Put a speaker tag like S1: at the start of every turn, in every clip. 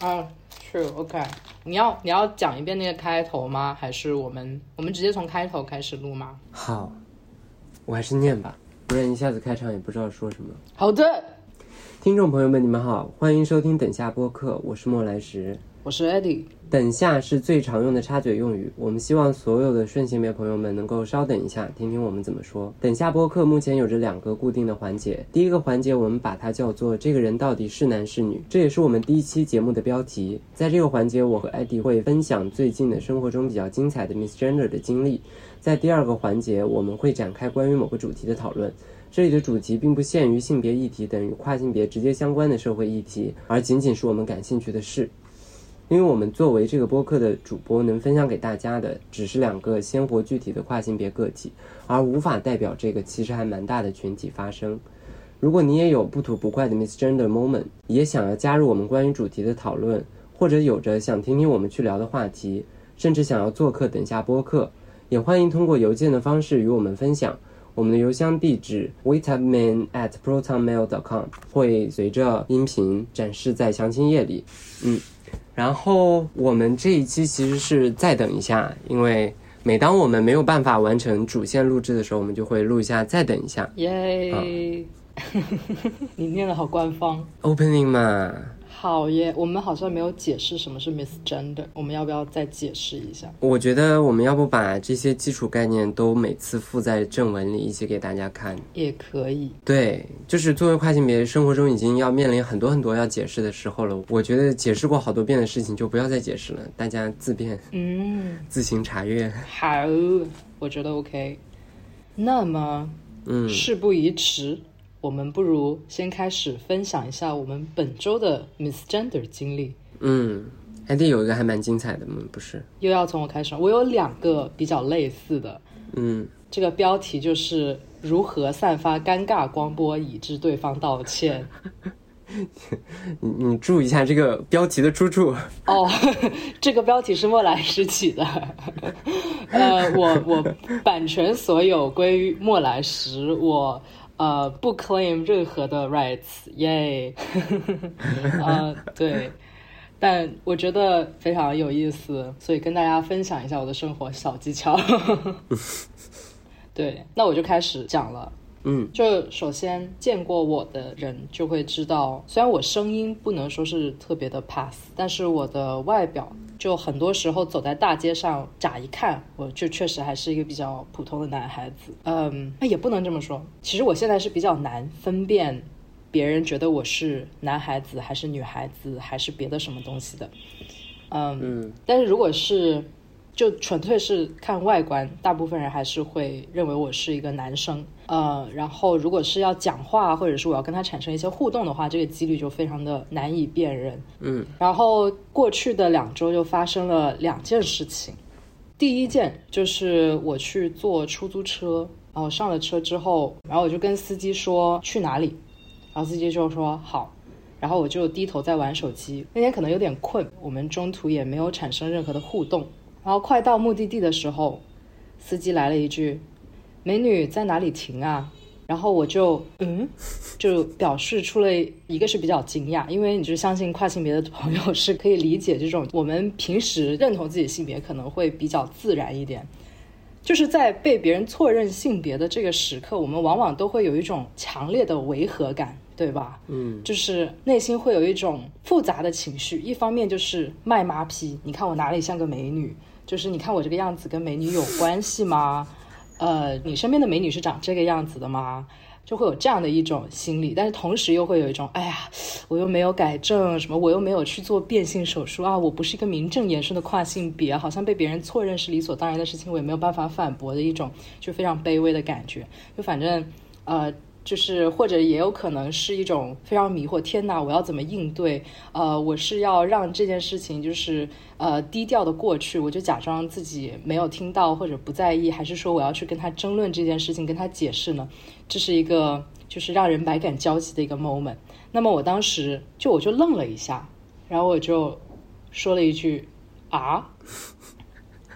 S1: 啊，True，OK。你要你要讲一遍那个开头吗？还是我们我们直接从开头开始录吗？
S2: 好，我还是念吧，不然一下子开场也不知道说什么。
S1: 好的，
S2: 听众朋友们，你们好，欢迎收听等下播客，我是莫来石。
S1: 我是 Eddie。
S2: 等下是最常用的插嘴用语，我们希望所有的顺性别朋友们能够稍等一下，听听我们怎么说。等下播客目前有着两个固定的环节，第一个环节我们把它叫做“这个人到底是男是女”，这也是我们第一期节目的标题。在这个环节，我和艾迪会分享最近的生活中比较精彩的 misgender 的经历。在第二个环节，我们会展开关于某个主题的讨论。这里的主题并不限于性别议题等与跨性别直接相关的社会议题，而仅仅是我们感兴趣的事。因为我们作为这个播客的主播，能分享给大家的只是两个鲜活具体的跨性别个体，而无法代表这个其实还蛮大的群体发声。如果你也有不吐不快的 misgender moment，也想要加入我们关于主题的讨论，或者有着想听听我们去聊的话题，甚至想要做客等下播客，也欢迎通过邮件的方式与我们分享。我们的邮箱地址 waitupman at protonmail.com 会随着音频展示在详情页里。嗯，然后我们这一期其实是再等一下，因为每当我们没有办法完成主线录制的时候，我们就会录一下再等一下
S1: 耶、 你念的好官方。
S2: opening 嘛。
S1: 好耶，我们好像没有解释什么是 misgender，我们要不要再解释一下？
S2: 我觉得我们要不把这些基础概念都每次附在正文里一起给大家看。
S1: 也可以，
S2: 对，就是作为跨性别，生活中已经要面临很多很多要解释的时候了。我觉得解释过好多遍的事情就不要再解释了，大家自便
S1: 嗯，
S2: 自行查阅。
S1: 好，我觉得 OK。那么
S2: 嗯，
S1: 事不宜迟，我们不如先开始分享一下我们本周的 misgender 经历。
S2: 嗯，艾迪有一个还蛮精彩的嘛，不是？
S1: 又要从我开始吗，我有两个比较类似的，
S2: 嗯，
S1: 这个标题就是如何散发尴尬光波以致对方道歉。
S2: 你你注意一下这个标题的出处。
S1: 哦， 这个标题是莫莱石起的，呃，我我版权所有归于莫莱石，我呃不 claim 任何的 rights，耶， 呃对，但我觉得非常有意思，所以跟大家分享一下我的生活小技巧。 对，那我就开始讲了。
S2: 嗯
S1: 就首先见过我的人就会知道，虽然我声音不能说是特别的 pass，但是我的外表就很多时候走在大街上，乍一看我就确实还是一个比较普通的男孩子。嗯，那也不能这么说，其实我现在是比较难分辨别人觉得我是男孩子还是女孩子还是别的什么东西的。嗯，
S2: 嗯
S1: 但是如果是就纯粹是看外观，大部分人还是会认为我是一个男生。呃，然后如果是要讲话，或者是我要跟他产生一些互动的话，这个几率就非常的难以辨认。
S2: 嗯
S1: 然后过去的两周就发生了两件事情。第一件就是我去坐出租车，然后上了车之后，然后我就跟司机说去哪里，然后司机就说好，然后我就低头在玩手机。那天可能有点困，我们中途也没有产生任何的互动。然后快到目的地的时候，司机来了一句：“美女在哪里停啊？”然后我就嗯，就表示出了一个是比较惊讶，因为你就相信跨性别的朋友是可以理解这种我们平时认同自己性别可能会比较自然一点，就是在被别人错认性别的这个时刻，我们往往都会有一种强烈的违和感，对吧？
S2: 嗯
S1: 就是内心会有一种复杂的情绪，一方面就是卖妈批，你看我哪里像个美女？就是你看我这个样子跟美女有关系吗？呃，你身边的美女是长这个样子的吗？就会有这样的一种心理，但是同时又会有一种，哎呀，我又没有改正什么，我又没有去做变性手术啊，我不是一个名正言顺的跨性别，好像被别人错认是理所当然的事情，我也没有办法反驳的一种，就非常卑微的感觉。就反正，呃，就是或者也有可能是一种非常迷惑，天哪，我要怎么应对？呃，我是要让这件事情就是呃低调的过去，我就假装自己没有听到或者不在意，还是说我要去跟他争论这件事情，跟他解释呢？这是一个就是让人百感交集的一个 moment。那么我当时就我就愣了一下，然后我就说了一句啊，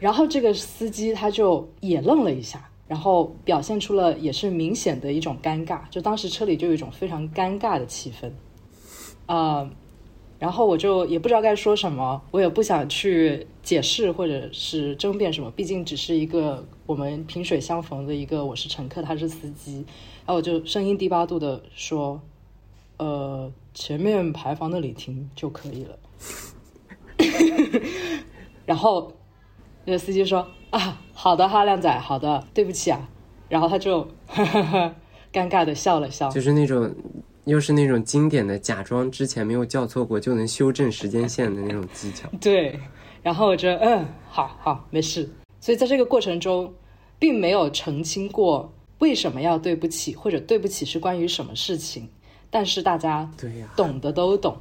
S1: 然后这个司机他就也愣了一下，然后表现出了也是明显的一种尴尬，就当时车里就有一种非常尴尬的气氛，呃，然后我就也不知道该说什么，我也不想去解释或者是争辩什么，毕竟只是一个我们萍水相逢的一个，我是乘客，他是司机。然后我就声音低八度的说：“呃，前面牌坊那里停就可以了。” 然后那个司机说：“啊，好的哈，亮仔，好的，对不起啊。”然后他就 尴尬的笑了笑，
S2: 就是那种，又是那种经典的假装之前没有叫错过就能修正时间线的那种技巧。
S1: 对，然后我觉得嗯，好好没事。所以在这个过程中，并没有澄清过为什么要对不起，或者对不起是关于什么事情，但是大家
S2: 对呀、
S1: 懂的都懂。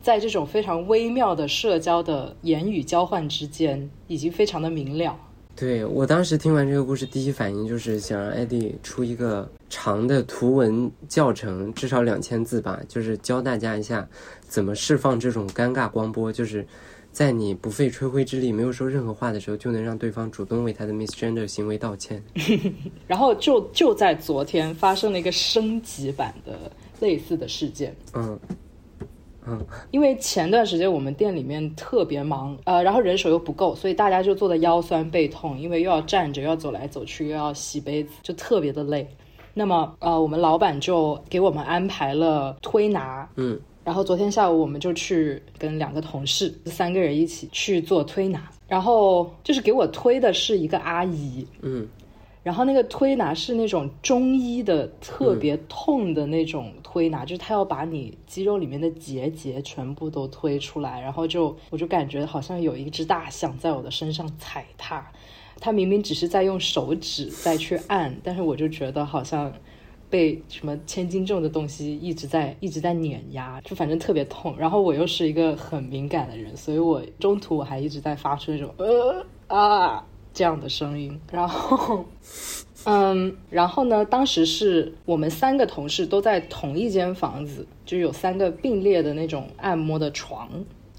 S1: 在这种非常微妙的社交的言语交换之间，已经非常的明了。
S2: 对我当时听完这个故事，第一反应就是想让艾迪出一个长的图文教程，至少两千字吧，就是教大家一下怎么释放这种尴尬光波，就是在你不费吹灰之力、没有说任何话的时候，就能让对方主动为他的 misgender 行为道歉。
S1: 然后就就在昨天发生了一个升级版的类似的事件，
S2: 嗯嗯，
S1: 因为前段时间我们店里面特别忙，呃，然后人手又不够，所以大家就做的腰酸背痛，因为又要站着，又要走来走去，又要洗杯子，就特别的累。那么，呃，我们老板就给我们安排了推拿，
S2: 嗯，
S1: 然后昨天下午我们就去跟两个同事，三个人一起去做推拿，然后就是给我推的是一个阿姨，
S2: 嗯，
S1: 然后那个推拿是那种中医的特别痛的那种推拿，就是他要把你肌肉里面的结节全部都推出来，然后就我就感觉好像有一只大象在我的身上踩踏，他明明只是在用手指在去按，但是我就觉得好像被什么千斤重的东西一直在一直在碾压，就反正特别痛。然后我又是一个很敏感的人，所以我中途我还一直在发出那种呃啊 这样的声音，然后。嗯，然后呢？当时是我们三个同事都在同一间房子，就是有三个并列的那种按摩的床，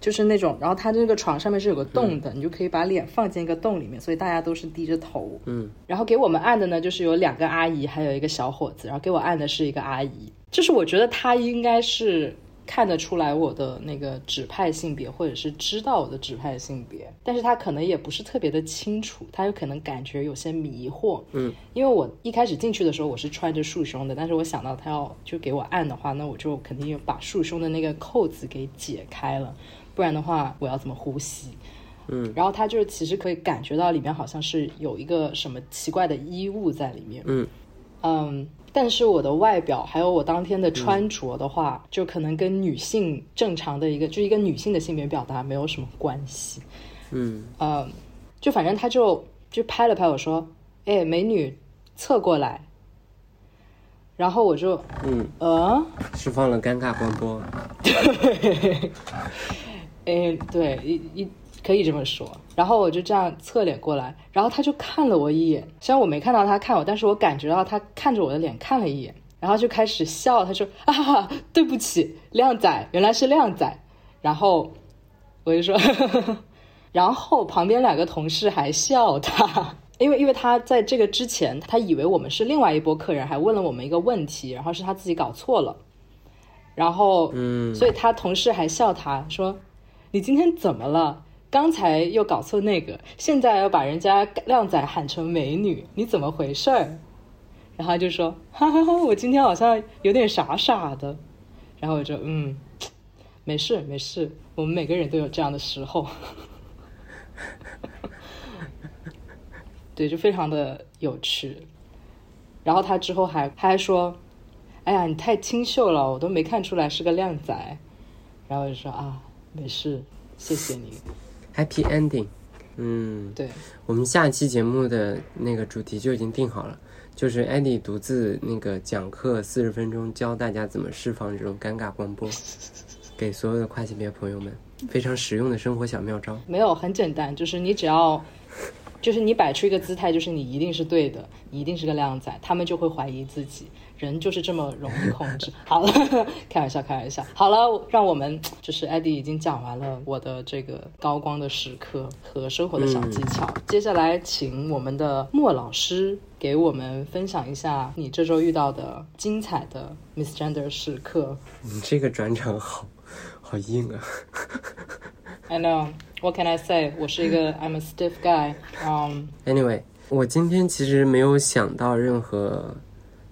S1: 就是那种，然后它这个床上面是有个洞的，你就可以把脸放进一个洞里面，所以大家都是低着头。
S2: 嗯，
S1: 然后给我们按的呢，就是有两个阿姨，还有一个小伙子，然后给我按的是一个阿姨，就是我觉得她应该是。看得出来我的那个指派性别，或者是知道我的指派性别，但是她可能也不是特别的清楚，她有可能感觉有些迷惑，因为我一开始进去的时候我是穿着束胸的，但是我想到他要就给我按的话，那我就肯定把束胸的那个扣子给解开了，不然的话我要怎么呼吸？
S2: 嗯，
S1: 然后他就其实可以感觉到里面好像是有一个什么奇怪的衣物在里面。
S2: 嗯
S1: 嗯但是我的外表还有我当天的
S2: 嗯
S1: 穿着的话，就可能跟女性正常的一个就一个女性的性别表达没有什么关系。
S2: 嗯，
S1: 嗯，就反正他就就拍了拍我说：“哎，美女，侧过来。”然后我就
S2: 嗯，
S1: 呃，
S2: 释放了尴尬光波。
S1: 哎，对，一一可以这么说。然后我就这样侧脸过来，然后他就看了我一眼，虽然我没看到他看我，但是我感觉到他看着我的脸看了一眼，然后就开始笑，他说：“啊，哈哈，对不起，靓仔，原来是靓仔。”然后我就说， 然后旁边两个同事还笑他，因为因为他在这个之前，他以为我们是另外一波客人，还问了我们一个问题，然后是他自己搞错了，然后
S2: 嗯
S1: 所以他同事还笑他说：“你今天怎么了？刚才又搞错那个，现在要把人家靓仔喊成美女，你怎么回事儿？”然后他就说：“哈哈哈，我今天好像有点傻傻的。”然后我就嗯，没事没事，我们每个人都有这样的时候。 对，就非常的有趣。然后他之后还他还说：“哎呀，你太清秀了，我都没看出来是个靓仔。”然后我就说：“啊，没事，谢谢你。
S2: Happy ending。嗯”，
S1: 对，
S2: 我们下一期节目的那个主题就已经定好了，就是艾迪独自那个讲课四十分钟，教大家怎么释放这种尴尬光波，给所有的跨性别朋友们非常实用的生活小妙招。
S1: 没有很简单，就是你只要，就是你摆出一个姿态，就是你一定是对的，你一定是个靓仔，他们就会怀疑自己。人就是这么容易控制。好了，开玩笑，开玩笑。好了，让我们就是艾迪已经讲完了我的这个高光的时刻和生活的小技巧，接下来请我们的莫老师给我们分享一下你这周遇到的精彩的 misgender 时刻。
S2: 嗯你这个转场好，好硬啊！
S1: I know. um, What can I say？我是一个 I'm a stiff guy。嗯，Um,
S2: Anyway，我今天其实没有想到任何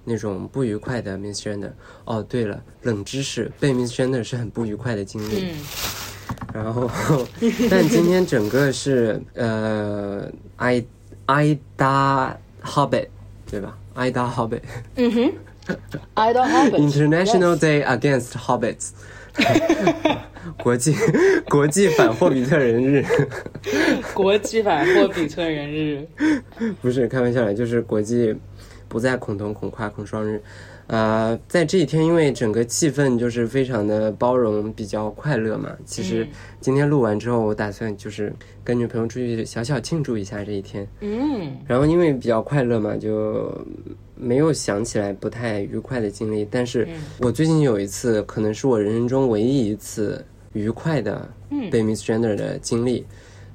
S2: 那种不愉快的 misgender。哦，对了，冷知识，被 misgender 是很不愉快的经历。然后， 但今天整个是呃，I I 搭 Hobbit，对吧？I 搭 Hobbit。
S1: I don't have it.
S2: International Day Against Hobbits，国际国际反霍比特人日，
S1: 国际版霍比特人日。
S2: 不是开玩笑的，就是国际不再恐同、恐跨、恐双日。呃，在这一天，因为整个气氛就是非常的包容，比较快乐嘛。
S1: 嗯
S2: 其实今天录完之后，我打算就是跟女朋友出去小小庆祝一下这一天。
S1: 嗯
S2: 然后因为比较快乐嘛，就没有想起来不太愉快的经历。但是
S1: 嗯
S2: 我最近有一次，可能是我人生中唯一一次愉快的
S1: 嗯
S2: 被 misgender 的经历。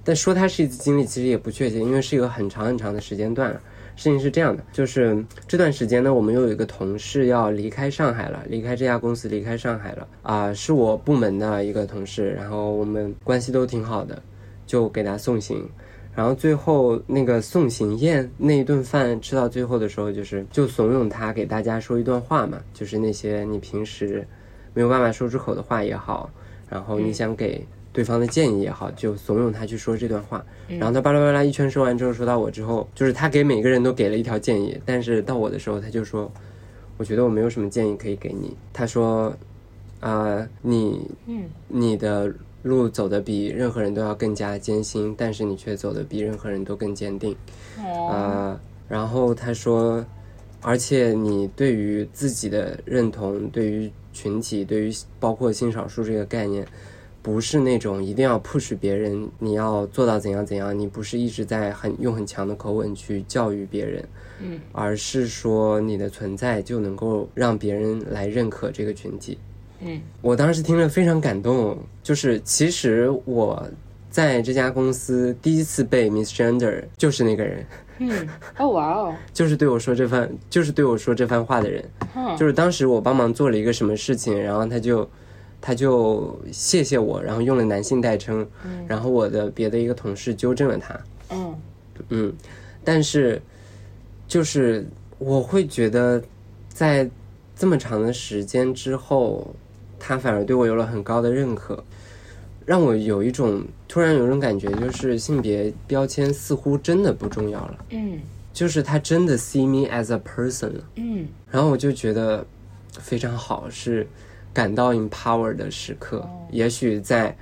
S2: 但说它是一次经历，其实也不确切，因为是一个很长很长的时间段了。事情是这样的，就是这段时间呢，我们又有一个同事要离开上海了，离开这家公司，离开上海了啊、是我部门的一个同事，然后我们关系都挺好的，就给他送行。然后最后那个送行宴那一顿饭吃到最后的时候，就是就怂恿他给大家说一段话嘛，就是那些你平时没有办法说出口的话也好，然后你想给对方的建议也好，就怂恿他去说这段话。然后他巴拉巴拉一圈说完之后，说到我之后，就是他给每个人都给了一条建议，但是到我的时候，他就说，我觉得我没有什么建议可以给你。他说，啊、你
S1: 嗯
S2: 你的路走得比任何人都要更加艰辛，但是你却走得比任何人都更坚定。啊、
S1: 哦
S2: 然后他说，而且你对于自己的认同，对于群体，对于包括性少数这个概念，不是那种一定要 push 别人，你要做到怎样怎样，你不是一直在很用很强的口吻去教育别人，
S1: 嗯，
S2: 而是说你的存在就能够让别人来认可这个群体。
S1: 嗯
S2: 我当时听了非常感动，就是其实我在这家公司第一次被 misgender 就是那个人，
S1: 嗯，哦哇哦，
S2: 就是对我说这番，就是对我说这番话的人，
S1: 哼
S2: 就是当时我帮忙做了一个什么事情，然后他就他就谢谢我，然后用了男性代称，然后我的别的一个同事纠正了他，
S1: 嗯
S2: 嗯，但是就是我会觉得，在这么长的时间之后，他反而对我有了很高的认可，让我有一种突然有一种感觉，就是性别标签似乎真的不重要了，
S1: 嗯
S2: 就是他真的 see me as a person 了。
S1: 嗯，
S2: 然后我就觉得非常好，是感到 empower 的时刻。也许在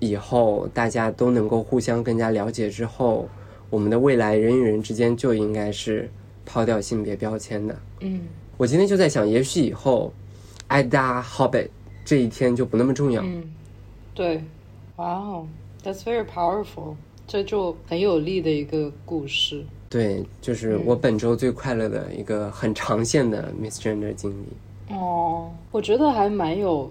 S2: 以后大家都能够互相更加了解之后，我们的未来人与人之间就应该是抛掉性别标签的。
S1: 嗯
S2: 我今天就在想，也许以后 I d a Hobbit 这一天就不那么重要。
S1: 嗯，对，哇哦，That's very powerful，这就很有力的一个故事。
S2: 对，就是我本周最快乐的一个很长线的 misgender 经历。
S1: 哦，我觉得还蛮有，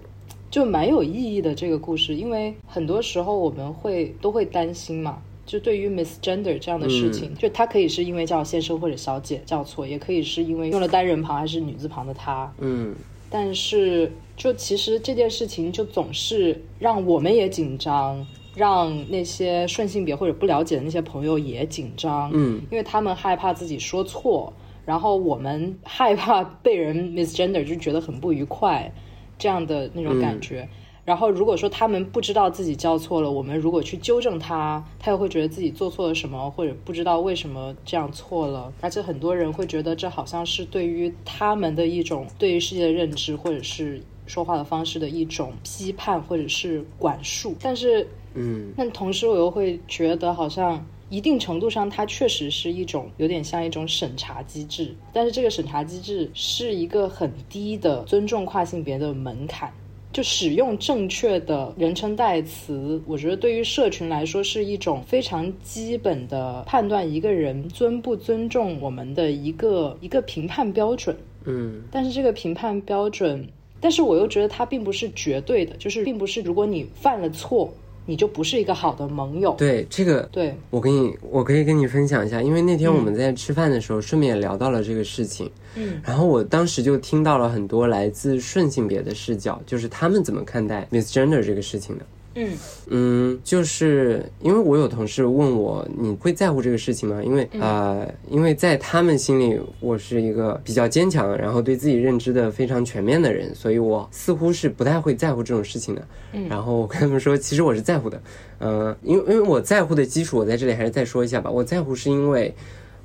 S1: 就蛮有意义的这个故事，因为很多时候我们会都会担心嘛。就对于 misgender 这样的事情，就它可以是因为叫先生或者小姐叫错，也可以是因为用了单人旁还是女字旁的他。
S2: 嗯
S1: 但是，就其实这件事情就总是让我们也紧张，让那些顺性别或者不了解的那些朋友也紧张。
S2: 嗯，
S1: 因为他们害怕自己说错，然后我们害怕被人 misgender，就觉得很不愉快，这样的那种感觉。然后如果说他们不知道自己叫错了，我们如果去纠正他，他又会觉得自己做错了什么，或者不知道为什么这样错了。而且很多人会觉得这好像是对于他们的一种对于世界的认知，或者是说话的方式的一种批判或者是管束。但是
S2: 嗯
S1: 但同时我又会觉得，好像一定程度上，它确实是一种有点像一种审查机制，但是这个审查机制是一个很低的尊重跨性别的门槛。就使用正确的人称代词，我觉得对于社群来说是一种非常基本的判断一个人尊不尊重我们的一个一个评判标准。
S2: 嗯
S1: 但是这个评判标准，但是我又觉得它并不是绝对的，就是并不是如果你犯了错，你就不是一个好的盟友。
S2: 对这个，
S1: 对，
S2: 我跟你，我可以跟你分享一下，因为那天我们在吃饭的时候，顺便也聊到了这个事情。
S1: 嗯，
S2: 然后我当时就听到了很多来自顺性别的视角，就是他们怎么看待 misgender 这个事情的。
S1: 嗯
S2: 嗯，就是因为我有同事问我，你会在乎这个事情吗？因为呃，因为在他们心里，我是一个比较坚强，然后对自己认知的非常全面的人，所以我似乎是不太会在乎这种事情的。然后我跟他们说，其实我是在乎的。呃，因为因为我在乎的基础，我在这里还是再说一下吧。我在乎是因为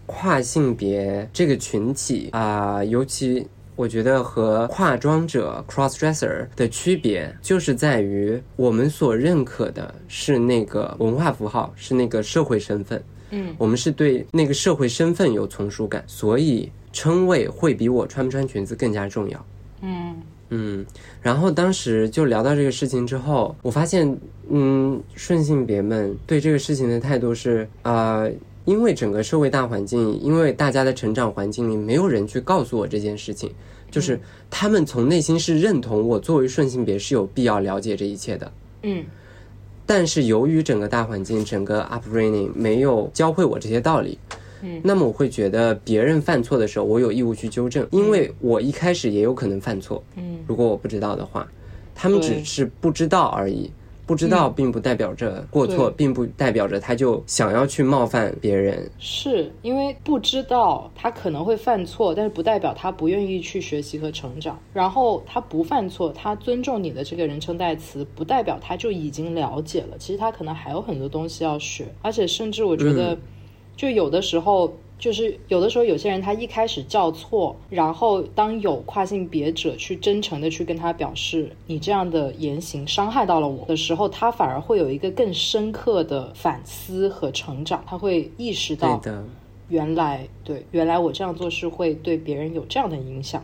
S2: 跨性别这个群体啊、尤其我觉得和跨装者 （crossdresser） 的区别，就是在于我们所认可的是那个文化符号，是那个社会身份。
S1: 嗯，
S2: 我们是对那个社会身份有从属感，所以称谓会比我穿不穿裙子更加重要。
S1: 嗯
S2: 嗯，然后当时就聊到这个事情之后，我发现，嗯，顺性别们对这个事情的态度是，呃，因为整个社会大环境，因为大家的成长环境里，没有人去告诉我这件事情，就是他们从内心是认同我作为顺性别是有必要了解这一切的。
S1: 嗯
S2: 但是由于整个大环境、整个 upbringing 没有教会我这些道理，
S1: 嗯，
S2: 那么我会觉得别人犯错的时候，我有义务去纠正，因为我一开始也有可能犯错，
S1: 嗯，
S2: 如果我不知道的话，他们只
S1: 对
S2: 是不知道而已。不知道并不代表着过错，
S1: 嗯对
S2: 并不代表着他就想要去冒犯别人。
S1: 是因为不知道他可能会犯错，但是不代表他不愿意去学习和成长。然后他不犯错，他尊重你的这个人称代词，不代表他就已经了解了。其实他可能还有很多东西要学，而且甚至我觉得，就有的时候。就是有的时候，有些人他一开始叫错，然后当有跨性别者去真诚的去跟他表示你这样的言行伤害到了我的时候，他反而会有一个更深刻的反思和成长，他会意识
S2: 对
S1: 到
S2: 的，
S1: 原来对，原来我这样做是会对别人有这样的影响，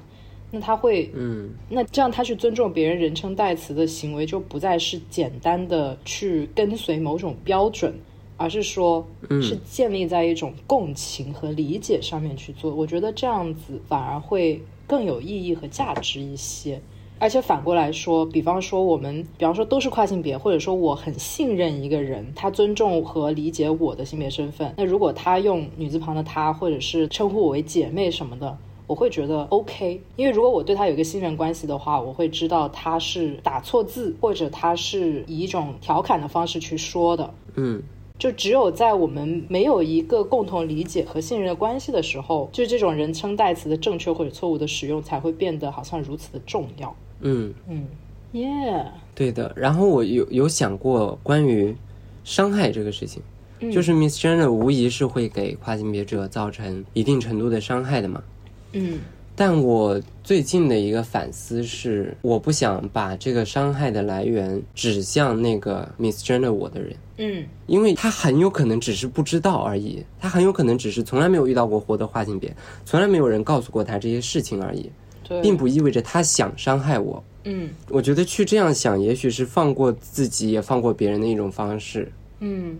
S1: 那他会，
S2: 嗯，
S1: 那这样他去尊重别人人称代词的行为，就不再是简单的去跟随某种标准，而是说，是建立在一种共情和理解上面去做。我觉得这样子反而会更有意义和价值一些。而且反过来说，比方说我们，比方说都是跨性别，或者说我很信任一个人，他尊重和理解我的性别身份。那如果他用女字旁的她，或者是称呼我为姐妹什么的，我会觉得 OK，因为如果我对他有一个信任关系的话，我会知道他是打错字，或者他是以一种调侃的方式去说的。
S2: 嗯，
S1: 就只有在我们没有一个共同理解和信任的关系的时候，就这种人称代词的正确或者错误的使用才会变得好像如此的重要。
S2: 嗯，
S1: 嗯，Yeah，
S2: 对的。然后我有有想过关于伤害这个事情，
S1: 嗯
S2: 就是 misgender 无疑是会给跨性别者造成一定程度的伤害的嘛。
S1: 嗯
S2: 但我最近的一个反思是，我不想把这个伤害的来源指向那个 misgender 我的人，
S1: 嗯
S2: 因为他很有可能只是不知道而已，他很有可能只是从来没有遇到过活的跨性别，从来没有人告诉过他这些事情而已，
S1: 对，
S2: 并不意味着他想伤害我。
S1: 嗯
S2: 我觉得去这样想，也许是放过自己，也放过别人的一种方式。
S1: 嗯，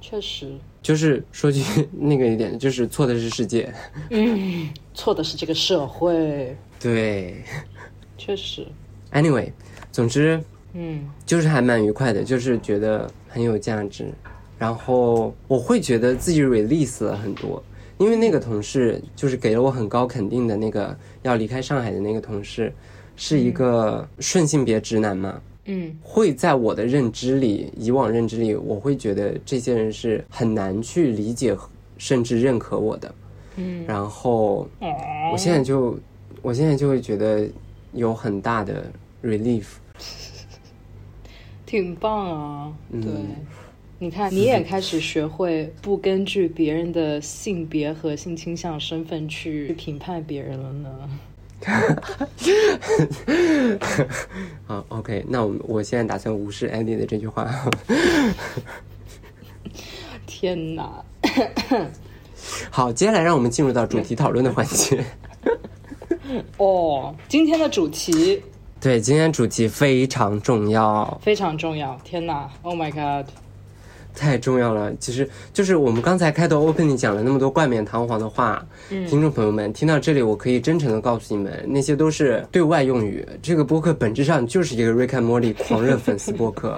S1: 确实，
S2: 就是说句那个一点，就是错的是世界。
S1: 嗯，错的是这个社会，
S2: 对
S1: 确实，
S2: ，anyway，总之
S1: 嗯
S2: 就是还蛮愉快的，就是觉得很有价值，然后我会觉得自己 release 了很多，因为那个同事就是给了我很高肯定的那个要离开上海的那个同事，是一个顺性别直男嘛，
S1: 嗯
S2: 会在我的认知里，以往认知里，我会觉得这些人是很难去理解甚至认可我的，
S1: 嗯，
S2: 然后
S1: 哦
S2: 我现在就，我现在就会觉得有很大的 relief，
S1: 挺棒啊，
S2: 嗯
S1: 对。你看，你也开始学会不根据别人的性别和性倾向身份去评判别人了呢。
S2: 好，OK，那啊我我现在打算无视 Andy 的这句话。
S1: 天哪！
S2: 好，接下来让我们进入到主题讨论的环节。
S1: 哦，今天的主题
S2: 对，今天主题非常重要，
S1: 非常重要。天哪！Oh my god！
S2: 太重要了。其实就是我们刚才开头 opening 讲了那么多冠冕堂皇的话，听众朋友们听到这里，我可以真诚的告诉你们，那些都是对外用语。这个播客本质上就是一个 Rick and Morty 狂热粉丝播客。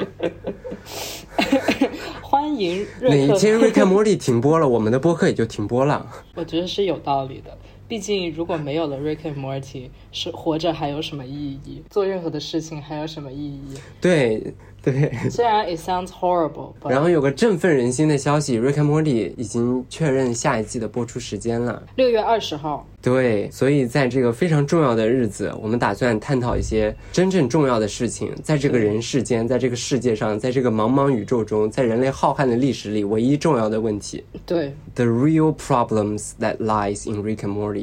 S1: 欢迎瑞
S2: 哪
S1: 克
S2: 天 Rick and Morty 停播了，我们的播客也就停播了。
S1: 我觉得是有道理的。毕竟，如果没有了 Rick and Morty，是活着还有什么意义？做任何的事情还有什么意义？
S2: 对对。
S1: 虽然 it sounds horrible，but
S2: 然后有个振奋人心的消息，Rick and Morty 已经确认下一季的播出时间了。
S1: 六月二十号，
S2: 对，所以在这个非常重要的日子，我们打算探讨一些真正重要的事情，在这个人世间，在这个世界上，在这个茫茫宇宙中，在人类浩瀚的历史里，唯一重要的问题
S1: 对
S2: ：the real problems that lies in Rick and Morty。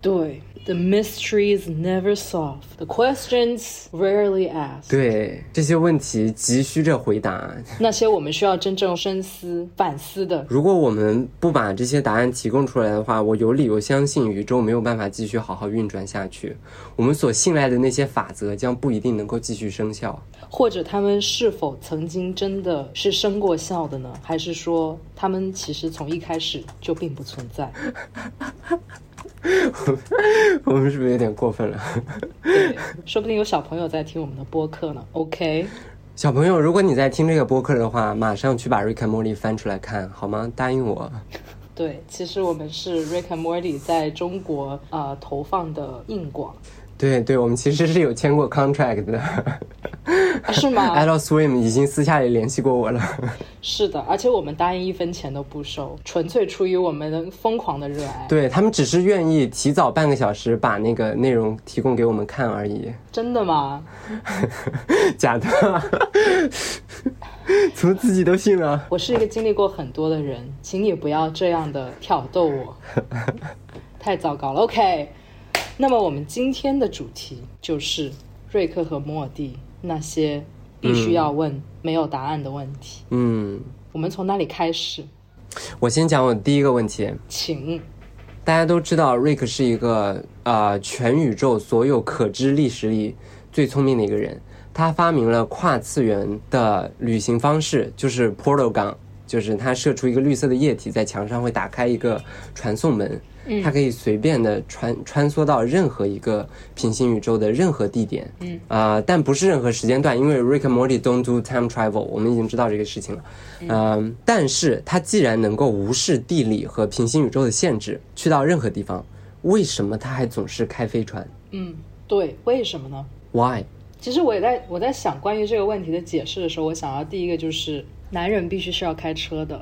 S1: 对，the mysteries never solved，the questions rarely asked，
S2: 对，这些问题急需着回答。
S1: 那些我们需要真正深思反思的。
S2: 如果我们不把这些答案提供出来的话，我有理由相信宇宙没有办法继续好好运转下去。我们所信赖的那些法则将不一定能够继续生效。
S1: 或者他们是否曾经真的是生过效的呢？还是说他们其实从一开始就并不存在？
S2: 我们是不是有点过分了？
S1: 对， 说不定有小朋友在听我们的播客呢。OK，
S2: 小朋友，如果你在听这个播客的话，马上去把《瑞克和莫莉》翻出来看，好吗？答应我。
S1: 对，其实我们是 Rick and Morty 在中国呃投放的硬广
S2: 对对，我们其实是有签过 contract 的。
S1: 啊，是吗？
S2: Adult Swim 已经私下里联系过我了。
S1: 是的，而且我们答应一分钱都不收，纯粹出于我们的疯狂的热爱。
S2: 对他们只是愿意提早半个小时把那个内容提供给我们看而已。
S1: 真的吗？
S2: 假的， 怎么自己都信了？
S1: 我是一个经历过很多的人，请你不要这样的挑逗我，太糟糕了。OK，那么我们今天的主题就是瑞克和莫蒂那些必须要问、没有答案的问题。
S2: 嗯，
S1: 我们从哪里开始？
S2: 我先讲我第一个问题。
S1: 请
S2: 大家都知道，瑞克是一个呃全宇宙所有可知历史里最聪明的一个人。他发明了跨次元的旅行方式，就是 portal 港，就是他射出一个绿色的液体在墙上会打开一个传送门，他可以随便的穿穿梭到任何一个平行宇宙的任何地点。嗯，啊、但不是任何时间段，因为 Rick and Morty don't do time travel，我们已经知道这个事情了。嗯，但是他既然能够无视地理和平行宇宙的限制，去到任何地方，为什么他还总是开飞船
S1: 嗯，对，为什么呢？
S2: ？Why？
S1: 其实我也在我在想关于这个问题的解释的时候，我想到第一个就是男人必须是要开车的，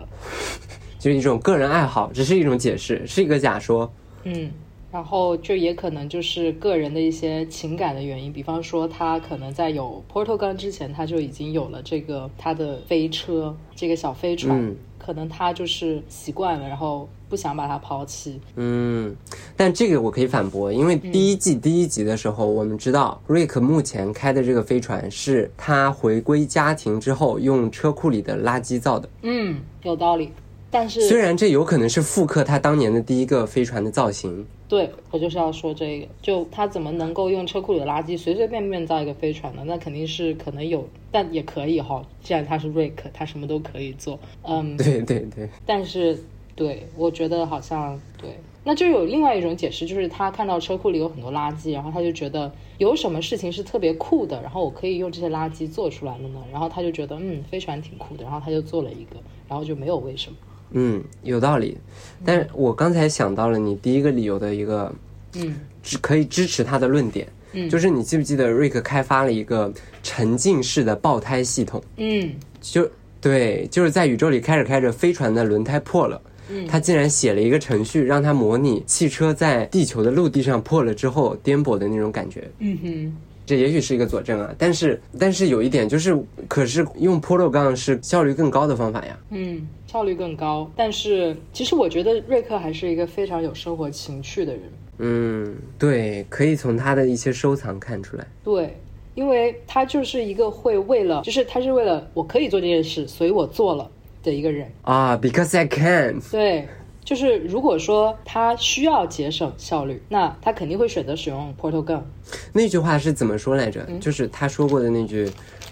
S2: 就是一种个人爱好，只是一种解释，是一个假说。
S1: 嗯，然后就也可能就是个人的一些情感的原因，比方说他可能在有 Portal Gun 之前，他就已经有了这个他的飞车，这个小飞船，
S2: 嗯
S1: 可能他就是习惯了，然后不想把它抛弃。
S2: 嗯，但这个我可以反驳，因为
S1: 嗯
S2: 第一季第一集的时候，我们知道瑞克目前开的这个飞船是他回归家庭之后用车库里的垃圾造的。
S1: 嗯，有道理。但
S2: 虽
S1: 是，
S2: 然这有可能是复刻他当年的第一个飞船的造型，
S1: 对我就是要说这个，就他怎么能够用车库里的垃圾随随便便造一个飞船呢？那肯定是可能有，但也可以哈。既然他是瑞克，他什么都可以做。嗯，
S2: 对对对，
S1: 但是，对我觉得好像对，那就有另外一种解释，就是他看到车库里有很多垃圾，然后他就觉得有什么事情是特别酷的，然后我可以用这些垃圾做出来了呢？然后他就觉得嗯，飞船挺酷的，然后他就做了一个，然后就没有为什么。
S2: 嗯，有道理。但是我刚才想到了你第一个理由的一个
S1: 嗯
S2: 支可以支持他的论点，
S1: 嗯
S2: 就是你记不记得瑞克开发了一个沉浸式的爆胎系统？
S1: 嗯，
S2: 就对，就是在宇宙里开着开着，飞船的轮胎破了。他竟然写了一个程序，让他模拟汽车在地球的陆地上破了之后颠簸的那种感觉。
S1: 嗯哼，
S2: 这也许是一个佐证啊，但是但是有一点就是，可是用 Portal 杠是效率更高的方法呀。
S1: 嗯，效率更高。但是其实我觉得瑞克还是一个非常有生活情趣的人。
S2: 嗯，对，可以从他的一些收藏看出来。
S1: 对，因为他就是一个会为了，就是他是为了我可以做这件事，所以我做了的一个人。
S2: 啊、b e c a u s e I can。
S1: 对，就是如果说他需要节省效率，那他肯定会选择使用 Portal Gun。
S2: 那句话是怎么说来着？就是他说过的那句，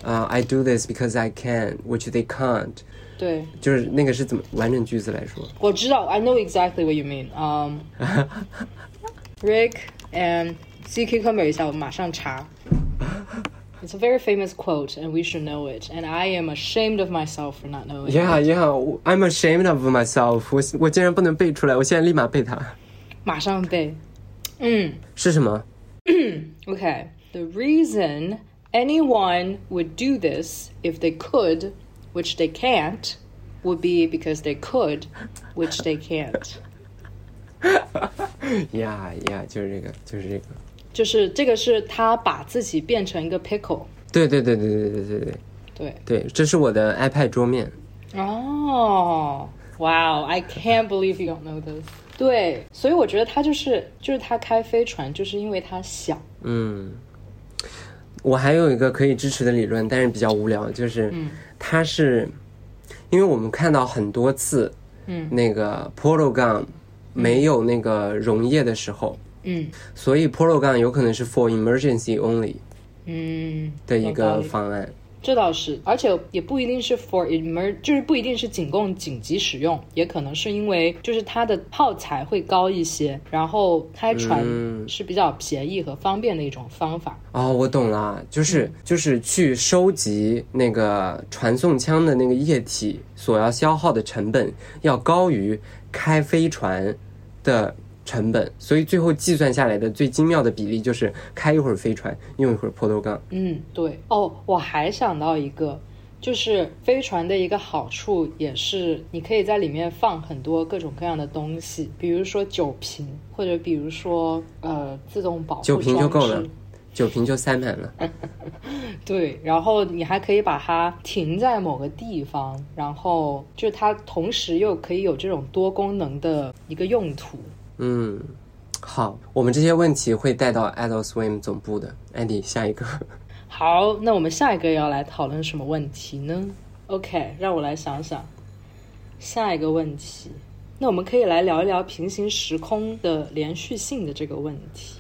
S2: 呃、i do this because I can, which they can't。
S1: 对，
S2: 就是那个是怎么完整句子来说？
S1: 我知道，I know exactly what you mean。嗯，Rick and Sea Cucumber 一下，我马上查。 It's a very famous quote, and we should know it. And I am ashamed of myself for not knowing.
S2: Yeah,
S1: it.
S2: yeah. I'm ashamed of myself 我。我竟然不能背出来，我现在立马背它。
S1: 马上背。Mm.
S2: 是什么？
S1: Okay. The reason anyone would do this if they could, which they can't, would be because they could, which they can't.
S2: 呀呀，就是这个，就是这个。
S1: 就是这个是他把自己变成一个 pickle。
S2: 对对对对对对对对
S1: 对。
S2: 对，这是我的 iPad 桌面。
S1: 哦、wow, I can't believe you don't know this. 对，所以我觉得他就是就是他开飞船，就是因为他想。
S2: 嗯，我还有一个可以支持的理论，但是比较无聊，就是，
S1: 嗯
S2: 它是，因为我们看到很多次，
S1: 嗯，
S2: 那个 Polo Gun 没有那个溶液的时候，
S1: 嗯
S2: 所以 Polo Gun 有可能是 for emergency only
S1: 嗯，
S2: 的一
S1: 有道
S2: 个
S1: 理
S2: 方案。
S1: 这倒是，而且也不一定是 for emer，就是不一定是仅供紧急使用，也可能是因为就是它的耗材会高一些，然后开船
S2: 嗯
S1: 是比较便宜和方便的一种方法。
S2: 哦，我懂了，就是就是去收集那个传送枪的那个液体所要消耗的成本要高于开飞船的成本，所以最后计算下来的最精妙的比例就是开一会儿飞船，用一会儿破头杠。
S1: 嗯，对。哦，我还想到一个，就是飞船的一个好处也是，你可以在里面放很多各种各样的东西，比如说酒瓶，或者比如说呃自动保护
S2: 酒瓶就
S1: 装
S2: 够
S1: 置
S2: 了，酒瓶就塞满了。
S1: 对，然后你还可以把它停在某个地方，然后就是它同时又可以有这种多功能的一个用途。
S2: 嗯，好，我们这些问题会带到 Adult Swim 总部的。艾迪，下一个。
S1: 好，那我们下一个要来讨论什么问题呢？OK，让我来想想下一个问题。那我们可以来聊一聊平行时空的连续性的这个问题。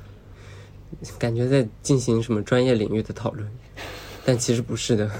S2: 感觉在进行什么专业领域的讨论，但其实不是的。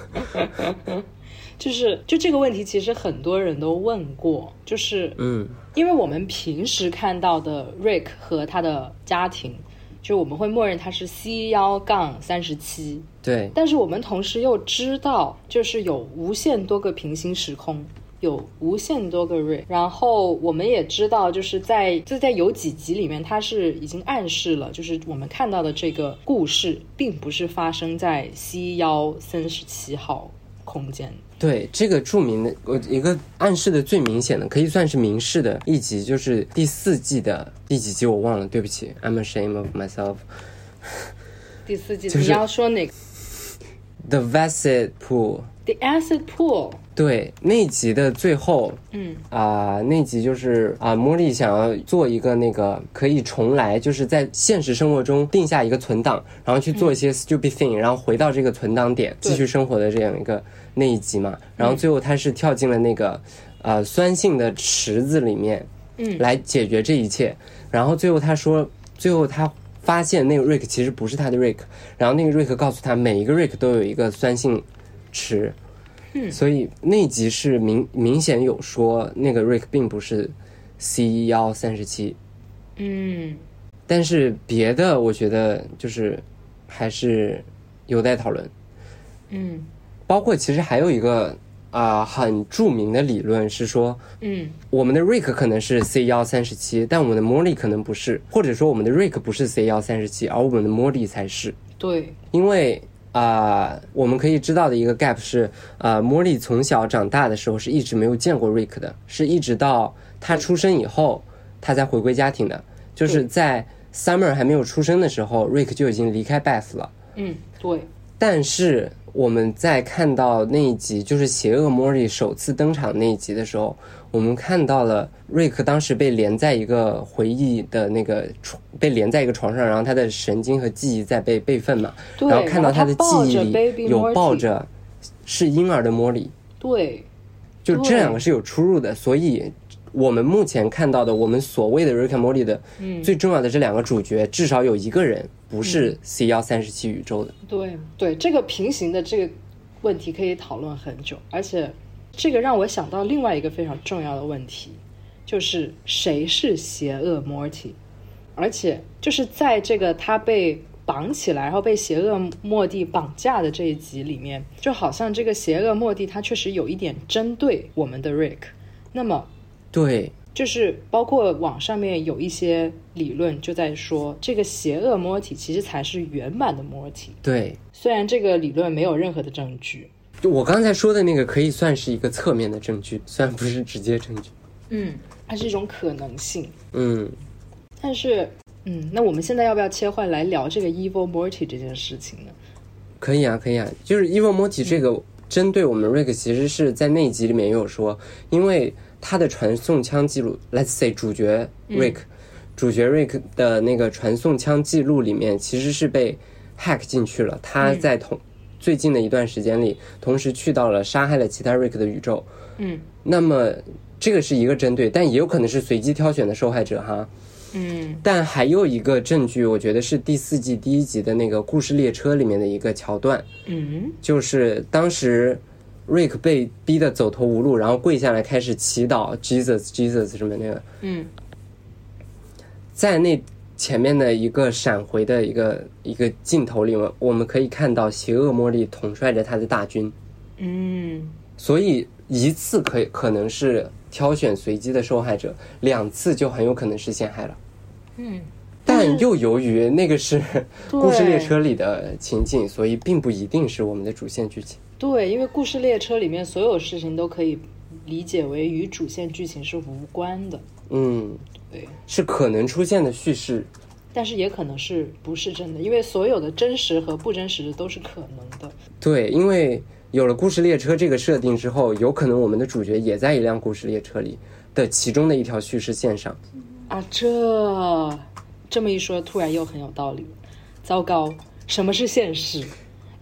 S1: 就是，就这个问题，其实很多人都问过，就是
S2: 嗯
S1: 因为我们平时看到的 Rick 和他的家庭，就我们会默认他是 C 幺杠三十七，，
S2: 对，
S1: 但是我们同时又知道，就是有无限多个平行时空。有无限多个 Rick，然后我们也知道，就是在就在有几集里面，它是已经暗示了，就是我们看到的这个故事，并不是发生在 C 幺三十七号空间。
S2: 对，这个著名的呃一个暗示的最明显的，可以算是明示的一集，就是第四季的第几集我忘了，对不起，I'm ashamed of myself。
S1: 第四季、
S2: 就是
S1: 你要说哪个
S2: The Vasset Pool，
S1: ？The Acid Pool。
S2: 对那集的最后，
S1: 嗯
S2: 啊、那集就是啊、茉莉想要做一个那个可以重来，就是在现实生活中定下一个存档，然后去做一些 stupid thing，、然后回到这个存档点
S1: 对
S2: 继续生活的这样一个那一集嘛。然后最后她是跳进了那个呃酸性的池子里面，
S1: 嗯
S2: 来解决这一切。然后最后她说，最后她发现那个 Rick 其实不是她的 Rick，然后那个 Rick 告诉她，每一个 Rick 都有一个酸性池，所以那集是明明显有说那个 Rick 并不是 C 幺三十七，
S1: 嗯，
S2: 但是别的我觉得就是还是有待讨论。
S1: 嗯
S2: 包括其实还有一个啊、很著名的理论是说，
S1: 嗯
S2: 我们的 Rick 可能是 C 幺三十七，但我们的 Molly 可能不是，或者说我们的 Rick 不是 C 幺三十七，而我们的 Molly 才是。，
S1: 对，
S2: 因为啊、呃我们可以知道的一个 gap 是，呃，莫莉从小长大的时候是一直没有见过 Rick 的，是一直到他出生以后，他才回归家庭的。就是在 Summer 还没有出生的时候，Rick 就已经离开 Beth 了。
S1: 嗯对，
S2: 但是我们在看到那一集，就是邪恶莫莉首次登场那一集的时候，我们看到了瑞克当时被连在一个回忆的那个床，被连在一个床上，然后他的神经和记忆在被备份嘛，
S1: 对
S2: 然后看到他的记
S1: 然后
S2: 忆
S1: 他抱着 baby Morty
S2: 里有抱着是婴儿的莫莉，
S1: 对，
S2: 就
S1: 对
S2: 这两个是有出入的，所以。我们目前看到的，我们所谓的 Rick and Morty 的
S1: 嗯
S2: 最重要的这两个主角，至少有一个人不是 C 幺三十七宇宙的。
S1: 对对，这个平行的这个问题可以讨论很久，而且这个让我想到另外一个非常重要的问题，就是谁是邪恶 Morty，而且就是在这个他被绑起来，然后被邪恶莫蒂绑架的这一集里面，就好像这个邪恶莫蒂他确实有一点针对我们的 Rick。那么，
S2: 对，
S1: 就是包括网上面有一些理论就在说，这个邪恶莫蒂其实才是原版的莫蒂，
S2: 对，
S1: 虽然这个理论没有任何的证据。
S2: 就我刚才说的那个可以算是一个侧面的证据， 虽然不是直接证据。
S1: 嗯，它是一种可能性。
S2: 嗯，
S1: 但是，嗯，那我们现在要不要切换来聊这个 Evil Morty 这件事情呢？
S2: 可以啊，可以啊，就是 Evil Morty 这个针对我们 Rick 其实是在那一集里面也有说，因为他的传送枪记录，Let's say 主角 Rick，、主角 Rick 的那个传送枪记录里面其实是被 hack 进去了，他在同、最近的一段时间里，同时去到了杀害了其他 Rick 的宇宙。
S1: 嗯
S2: 那么这个是一个针对，但也有可能是随机挑选的受害者哈。
S1: 嗯
S2: 但还有一个证据，我觉得是第四季第一集的那个故事列车里面的一个桥段，
S1: 嗯
S2: 就是当时瑞克被逼得走投无路，然后跪下来开始祈祷 Jesus Jesus 什么那个，
S1: 嗯
S2: 在那前面的一个闪回的一个一个镜头里面，我们可以看到邪恶茉莉统帅着他的大军，
S1: 嗯
S2: 所以一次可可能是挑选随机的受害者，两次就很有可能是陷害了。
S1: 嗯，
S2: 但又由于那个是
S1: 对
S2: 故事列车里的情境，所以并不一定是我们的主线剧情。
S1: 对，因为故事列车里面所有事情都可以理解为与主线剧情是无关的，
S2: 嗯，
S1: 对，
S2: 是可能出现的叙事。
S1: 但是也可能是不是真的，因为所有的真实和不真实都是可能的。
S2: 对，因为有了故事列车这个设定之后，有可能我们的主角也在一辆故事列车里的其中的一条叙事线上。
S1: 啊，这这么一说，突然又很有道理。糟糕，什么是现实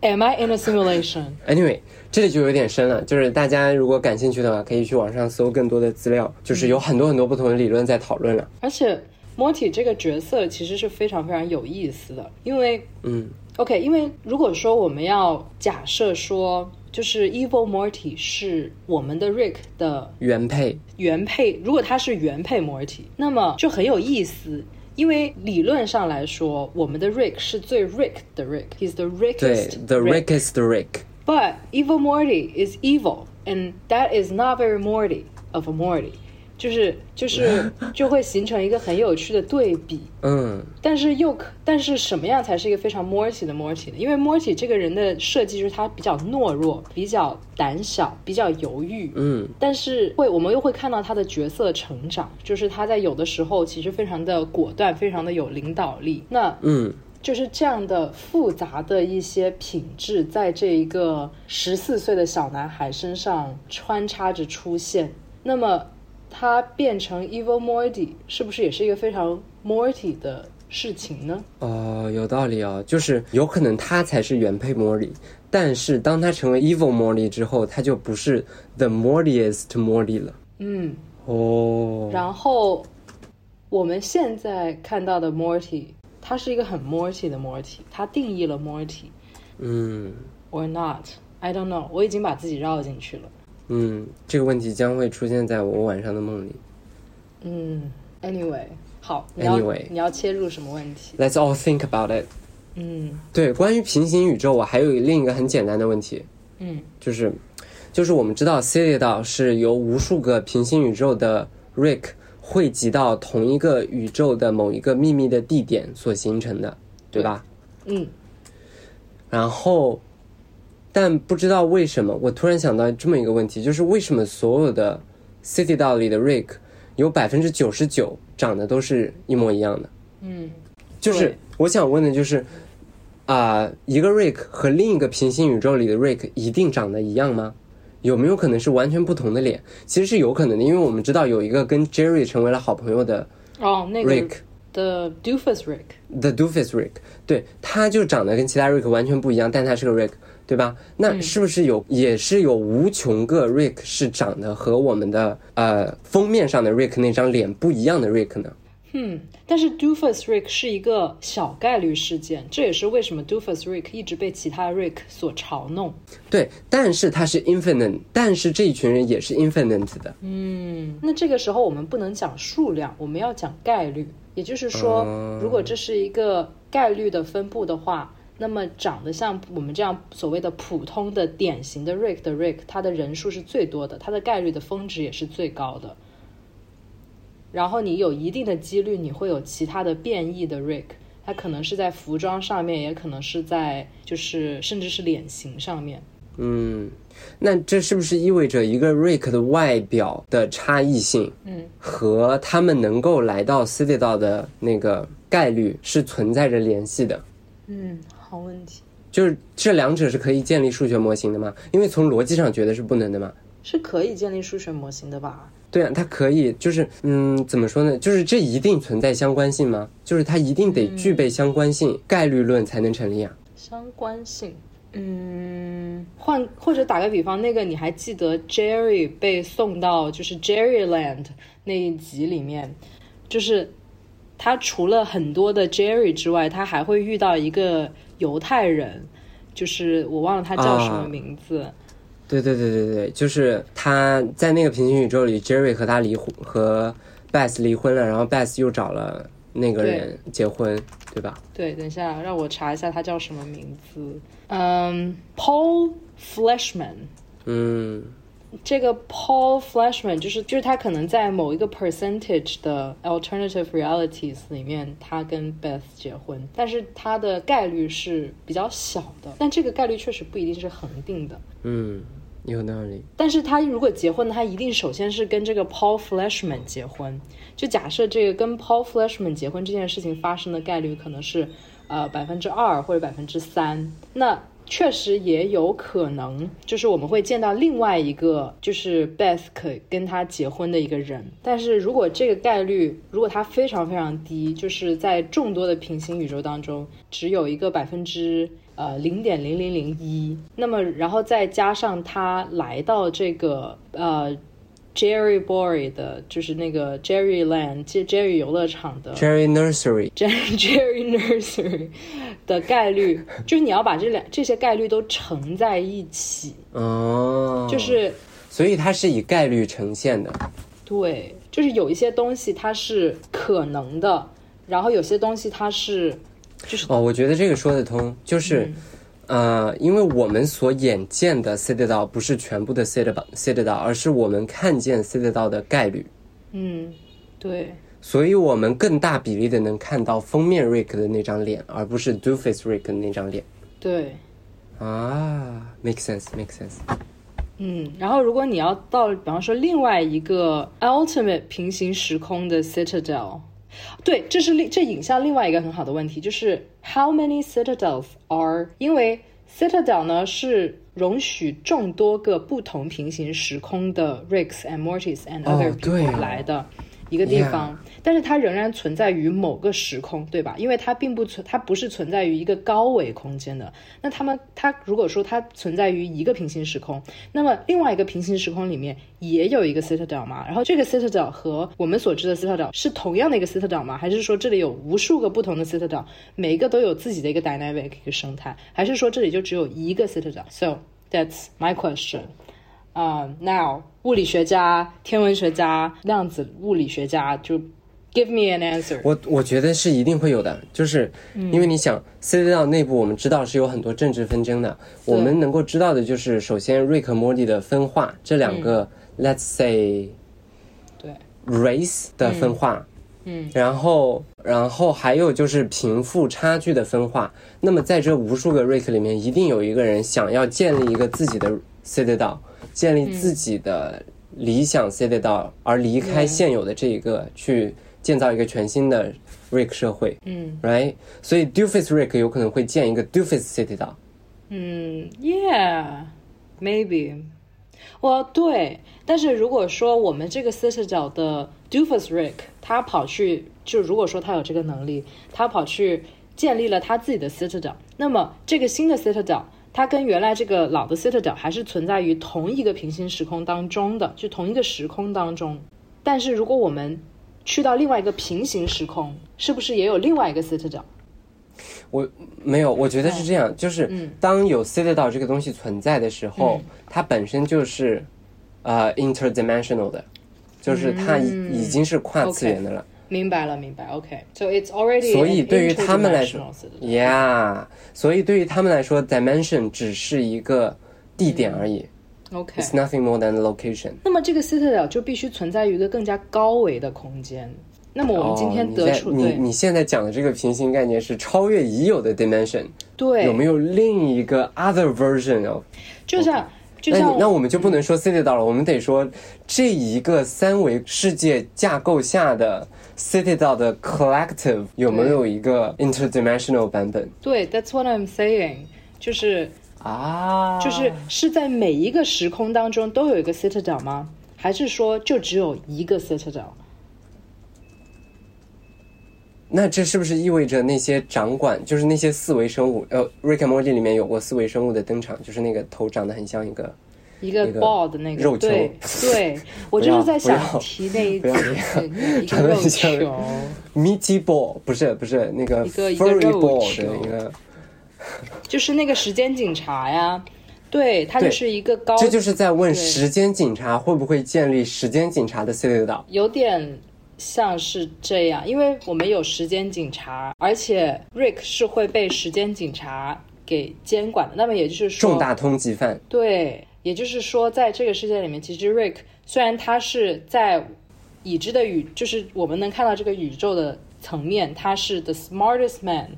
S1: ？Am I in a simulation？
S2: Anyway，这里就有点深了，就是大家如果感兴趣的话，可以去网上搜更多的资料，就是有很多很多不同的理论在讨论了。
S1: 而且莫蒂这个角色其实是非常非常有意思的，因为
S2: 嗯
S1: OK，因为如果说我们要假设说，就是 Evil Morty 是我们的 Rick 的
S2: 原配，
S1: 原配，如果他是原配 Morty，那么就很有意思。因为理论上来说，我们的 Rick 是最 Rick 的 Rick，he's the
S2: 对
S1: Rickest
S2: ，The Rickest Rick。
S1: But evil Morty is evil, and that is not very Morty of a Morty，就是就是就会形成一个很有趣的对比，
S2: 嗯，
S1: 但是又可但是什么样才是一个非常 Morty 的 Morty 呢？因为 Morty 这个人的设计就是他比较懦弱、比较胆小、比较犹豫，
S2: 嗯，
S1: 但是会我们又会看到他的角色成长，就是他在有的时候其实非常的果断，非常的有领导力。那
S2: 嗯，
S1: 就是这样的复杂的一些品质，在这一个十四岁的小男孩身上穿插着出现。那么，他变成 Evil Morty 是不是也是一个非常 Morty 的事情呢？
S2: 哦，有道理哦，就是有可能他才是原配莫里，但是当他成为 evil 莫里之后，他就不是 the Mortiest 莫里了。
S1: 嗯，
S2: 哦，
S1: 然后我们现在看到的 Morty，他是一个很 Morty 的 Morty，他定义了 Morty
S2: 嗯
S1: or not，I don't know，我已经把自己绕进去了。
S2: 嗯，这个问题将会出现在我晚上的梦里。
S1: 嗯，Anyway，好，你要
S2: Anyway
S1: 你要切入什么问题？
S2: Let's all think about it。
S1: 嗯
S2: 对，关于平行宇宙，我还有另一个很简单的问题，
S1: 嗯。
S2: 就是，就是我们知道 City 岛是由无数个平行宇宙的 Rick 汇集到同一个宇宙的某一个秘密的地点所形成的，对吧？
S1: 嗯
S2: 然后，但不知道为什么，我突然想到这么一个问题，就是为什么所有的 City 道里的 Rick 有百分之九十九长得都是一模一样的？
S1: 嗯
S2: 就是
S1: 对
S2: 我想问的就是，啊、一个 Rick 和另一个平行宇宙里的 Rick 一定长得一样吗？有没有可能是完全不同的脸？其实是有可能的，因为我们知道有一个跟 Jerry 成为了好朋友的
S1: 哦，那个
S2: Rick，
S1: The Doofus Rick，
S2: The Doofus Rick，对，他就长得跟其他 Rick 完全不一样，但他是个 Rick，对吧？那是不是有、也是有无穷个 Rick 是长得和我们的呃封面上的 Rick 那张脸不一样的 Rick 呢？
S1: 嗯，但是 Doofus Rick 是一个小概率事件，这也是为什么 Doofus Rick 一直被其他 Rick 所嘲弄。
S2: 对，但是他是 infinite，但是这一群人也是 infinite 的。
S1: 嗯，那这个时候我们不能讲数量，我们要讲概率。也就是说，如果这是一个概率的分布的话，那么长得像我们这样所谓的普通的典型的 Rick 的 Rick，它的人数是最多的，它的概率的峰值也是最高的。然后你有一定的几率，你会有其他的变异的 Rick，它可能是在服装上面，也可能是在就是甚至是脸型上面。
S2: 嗯，那这是不是意味着一个 Rick 的外表的差异性，
S1: 嗯，
S2: 和他们能够来到 Citadel 的那个概率是存在着联系的？
S1: 嗯，好问题，
S2: 就是这两者是可以建立数学模型的吗？因为从逻辑上觉得是不能的嘛。
S1: 是可以建立数学模型的吧？
S2: 对啊，它可以，就是嗯，怎么说呢？就是这一定存在相关性吗？就是它一定得具备相关性，概率论才能成立啊。
S1: 相关性，嗯，换或者打个比方，那个你还记得 Jerry 被送到就是 Jerryland 那一集里面，就是他除了很多的 Jerry 之外，他还会遇到一个犹太人，就是我忘了他叫什么
S2: 啊
S1: 名字。
S2: 对对对对对，就是他在那个平行宇宙里，Jerry 和他离婚，和 Beth 离婚了，然后 Beth 又找了那个人结婚，对吧？
S1: 对，等一下，让我查一下他叫什么名字。嗯，Paul Fleshman。
S2: 嗯，
S1: 这个 Paul Fleshman 就是就是他可能在某一个 percentage 的 alternative realities 里面，他跟 Beth 结婚，但是他的概率是比较小的，但这个概率确实不一定是恒定的。
S2: 嗯，有道理。
S1: 但是他如果结婚，他一定首先是跟这个 Paul Fleshman 结婚。就假设这个跟 Paul Fleshman 结婚这件事情发生的概率可能是呃百分之二或者百分之三，那确实也有可能就是我们会见到另外一个就是 Beth 可跟他结婚的一个人。但是如果这个概率如果它非常非常低，就是在众多的平行宇宙当中只有一个百分之呃零点零零零一，那么然后再加上他来到这个呃 Jerry Bory 的，就是那个 Jerry Land 就 Jerry 游乐场的
S2: Jerry Nursery，
S1: Jerry Jerry Nursery 的概率，就是你要把这两这些概率都乘在一起，
S2: 哦，
S1: 就是
S2: 所以它是以概率呈现的。
S1: 对，就是有一些东西它是可能的，然后有些东西它是就是
S2: 哦，我觉得这个说得通，就是，
S1: 嗯
S2: 呃，因为我们所眼见的 Citadel 不是全部的 Citadel Citadel，而是我们看见 Citadel 的概率，
S1: 嗯对。
S2: 所以我们更大比例的能看到封面 Rick 的那张脸，而不是 Doofus Rick 的那张脸。
S1: 对，
S2: 啊，make sense，make sense。
S1: 嗯，然后如果你要到，比方说另外一个 ultimate 平行时空的 citadel，对，这是另这引向另外一个很好的问题，就是 how many citadels are？因为 citadel 呢是容许众多个不同平行时空的 Ricks and Mortys and
S2: 哦
S1: other people、
S2: 对哦
S1: 来的一个地方但是它仍然存在于某个时空，对吧？因为它并不存，它不是存在于一个高维空间的。那他们，它如果说它存在于一个平行时空，那么另外一个平行时空里面也有一个 citadel 嘛？然后这个 citadel 和我们所知的 citadel 是同样的一个 citadel 吗？还是说这里有无数个不同的 citadel，每一个都有自己的一个 dynamic 一个生态？还是说这里就只有一个 citadel？So that's my question. 啊、now 物理学家、天文学家、量子物理学家，就 give me an answer。
S2: 我我觉得是一定会有的，就是因为你想，Citadel 内部我们知道是有很多政治纷争的，我们能够知道的就是，首先瑞克和莫蒂的分化，这两个、let's say
S1: 对
S2: race 的分化，
S1: 嗯，
S2: 然后然后还有就是贫富差距的分化。那么在这无数个 Rick 里面，一定有一个人想要建立一个自己的 Citadel，建立自己的理想 Citadel，、而离开现有的这一个，去建造一个全新的 Rick 社会。
S1: 嗯
S2: ，right，所以 Doofus Rick 有可能会建一个 Doofus Citadel。
S1: 嗯，yeah，maybe。哦，对，但是如果说我们这个 citadel 的 Doofus Rick，他跑去，就如果说他有这个能力，他跑去建立了他自己的 citadel，那么这个新的 citadel。它跟原来这个老的 Citadel 还是存在于同一个平行时空当中的，就同一个时空当中。但是如果我们去到另外一个平行时空，是不是也有另外一个 citadel？
S2: 我没有，我觉得是
S1: 嗯
S2: 这样，就是当有 citadel 这个东西存在的时
S1: 嗯
S2: 候，它本身就是呃 interdimensional 的，就是它
S1: 嗯
S2: 已已经是跨次元的了。
S1: 明白了，明白。OK，so、it's already
S2: 所以对于他们来
S1: an
S2: 说
S1: interdimensional
S2: ，Yeah，所以对于他们来说，dimension 只是一个地点而已、
S1: citadel OK，
S2: i t s nothing more than a location。
S1: 那么这个 citadel 就必须存在于一个更加高维的空间。那么我们今天得出、
S2: 哦、你在
S1: 对
S2: 你你现在讲的这个平行概念是超越已有的 dimension，
S1: 对，
S2: 有没有另一个 other version of？
S1: 就像就
S2: 那
S1: 像
S2: 你那我们就不能说 city 道了，我们得说这一个三维世界架构下的 city 道的 collective 有没有一个 interdimensional 版本
S1: 对，That's what I'm saying，就是
S2: 啊？
S1: 就是是在每一个时空当中都有一个 citadel 吗？还是说就只有一个 citadel？
S2: 那这是不是意味着那些掌管就是那些四维生物？呃，《Rick and Morty》里面有过四维生物的登场，就是那个头长得很像一个
S1: 一个
S2: 一个
S1: ball 的那个，
S2: 肉球
S1: 对 对，我就是在想
S2: 不要
S1: 提那一
S2: 不要
S1: 个一个肉
S2: 长得很
S1: 球
S2: 像 meaty ball，不是不是那个
S1: 一个一个
S2: furry
S1: 肉
S2: ball
S1: 球
S2: 的一个，
S1: 就是那个时间警察呀，对，他就是一个高，
S2: 这就是在
S1: 对
S2: 问时间警察会不会建立时间警察的 city 岛？
S1: 有点像是这样，因为我们有时间警察，而且 Rick 是会被时间警察给监管的。那么也就是说，
S2: 重大通缉犯。
S1: 对，也就是说，在这个世界里面，其实 Rick 虽然他是在已知的宇，就是我们能看到这个宇宙的层面，他是 the smartest man，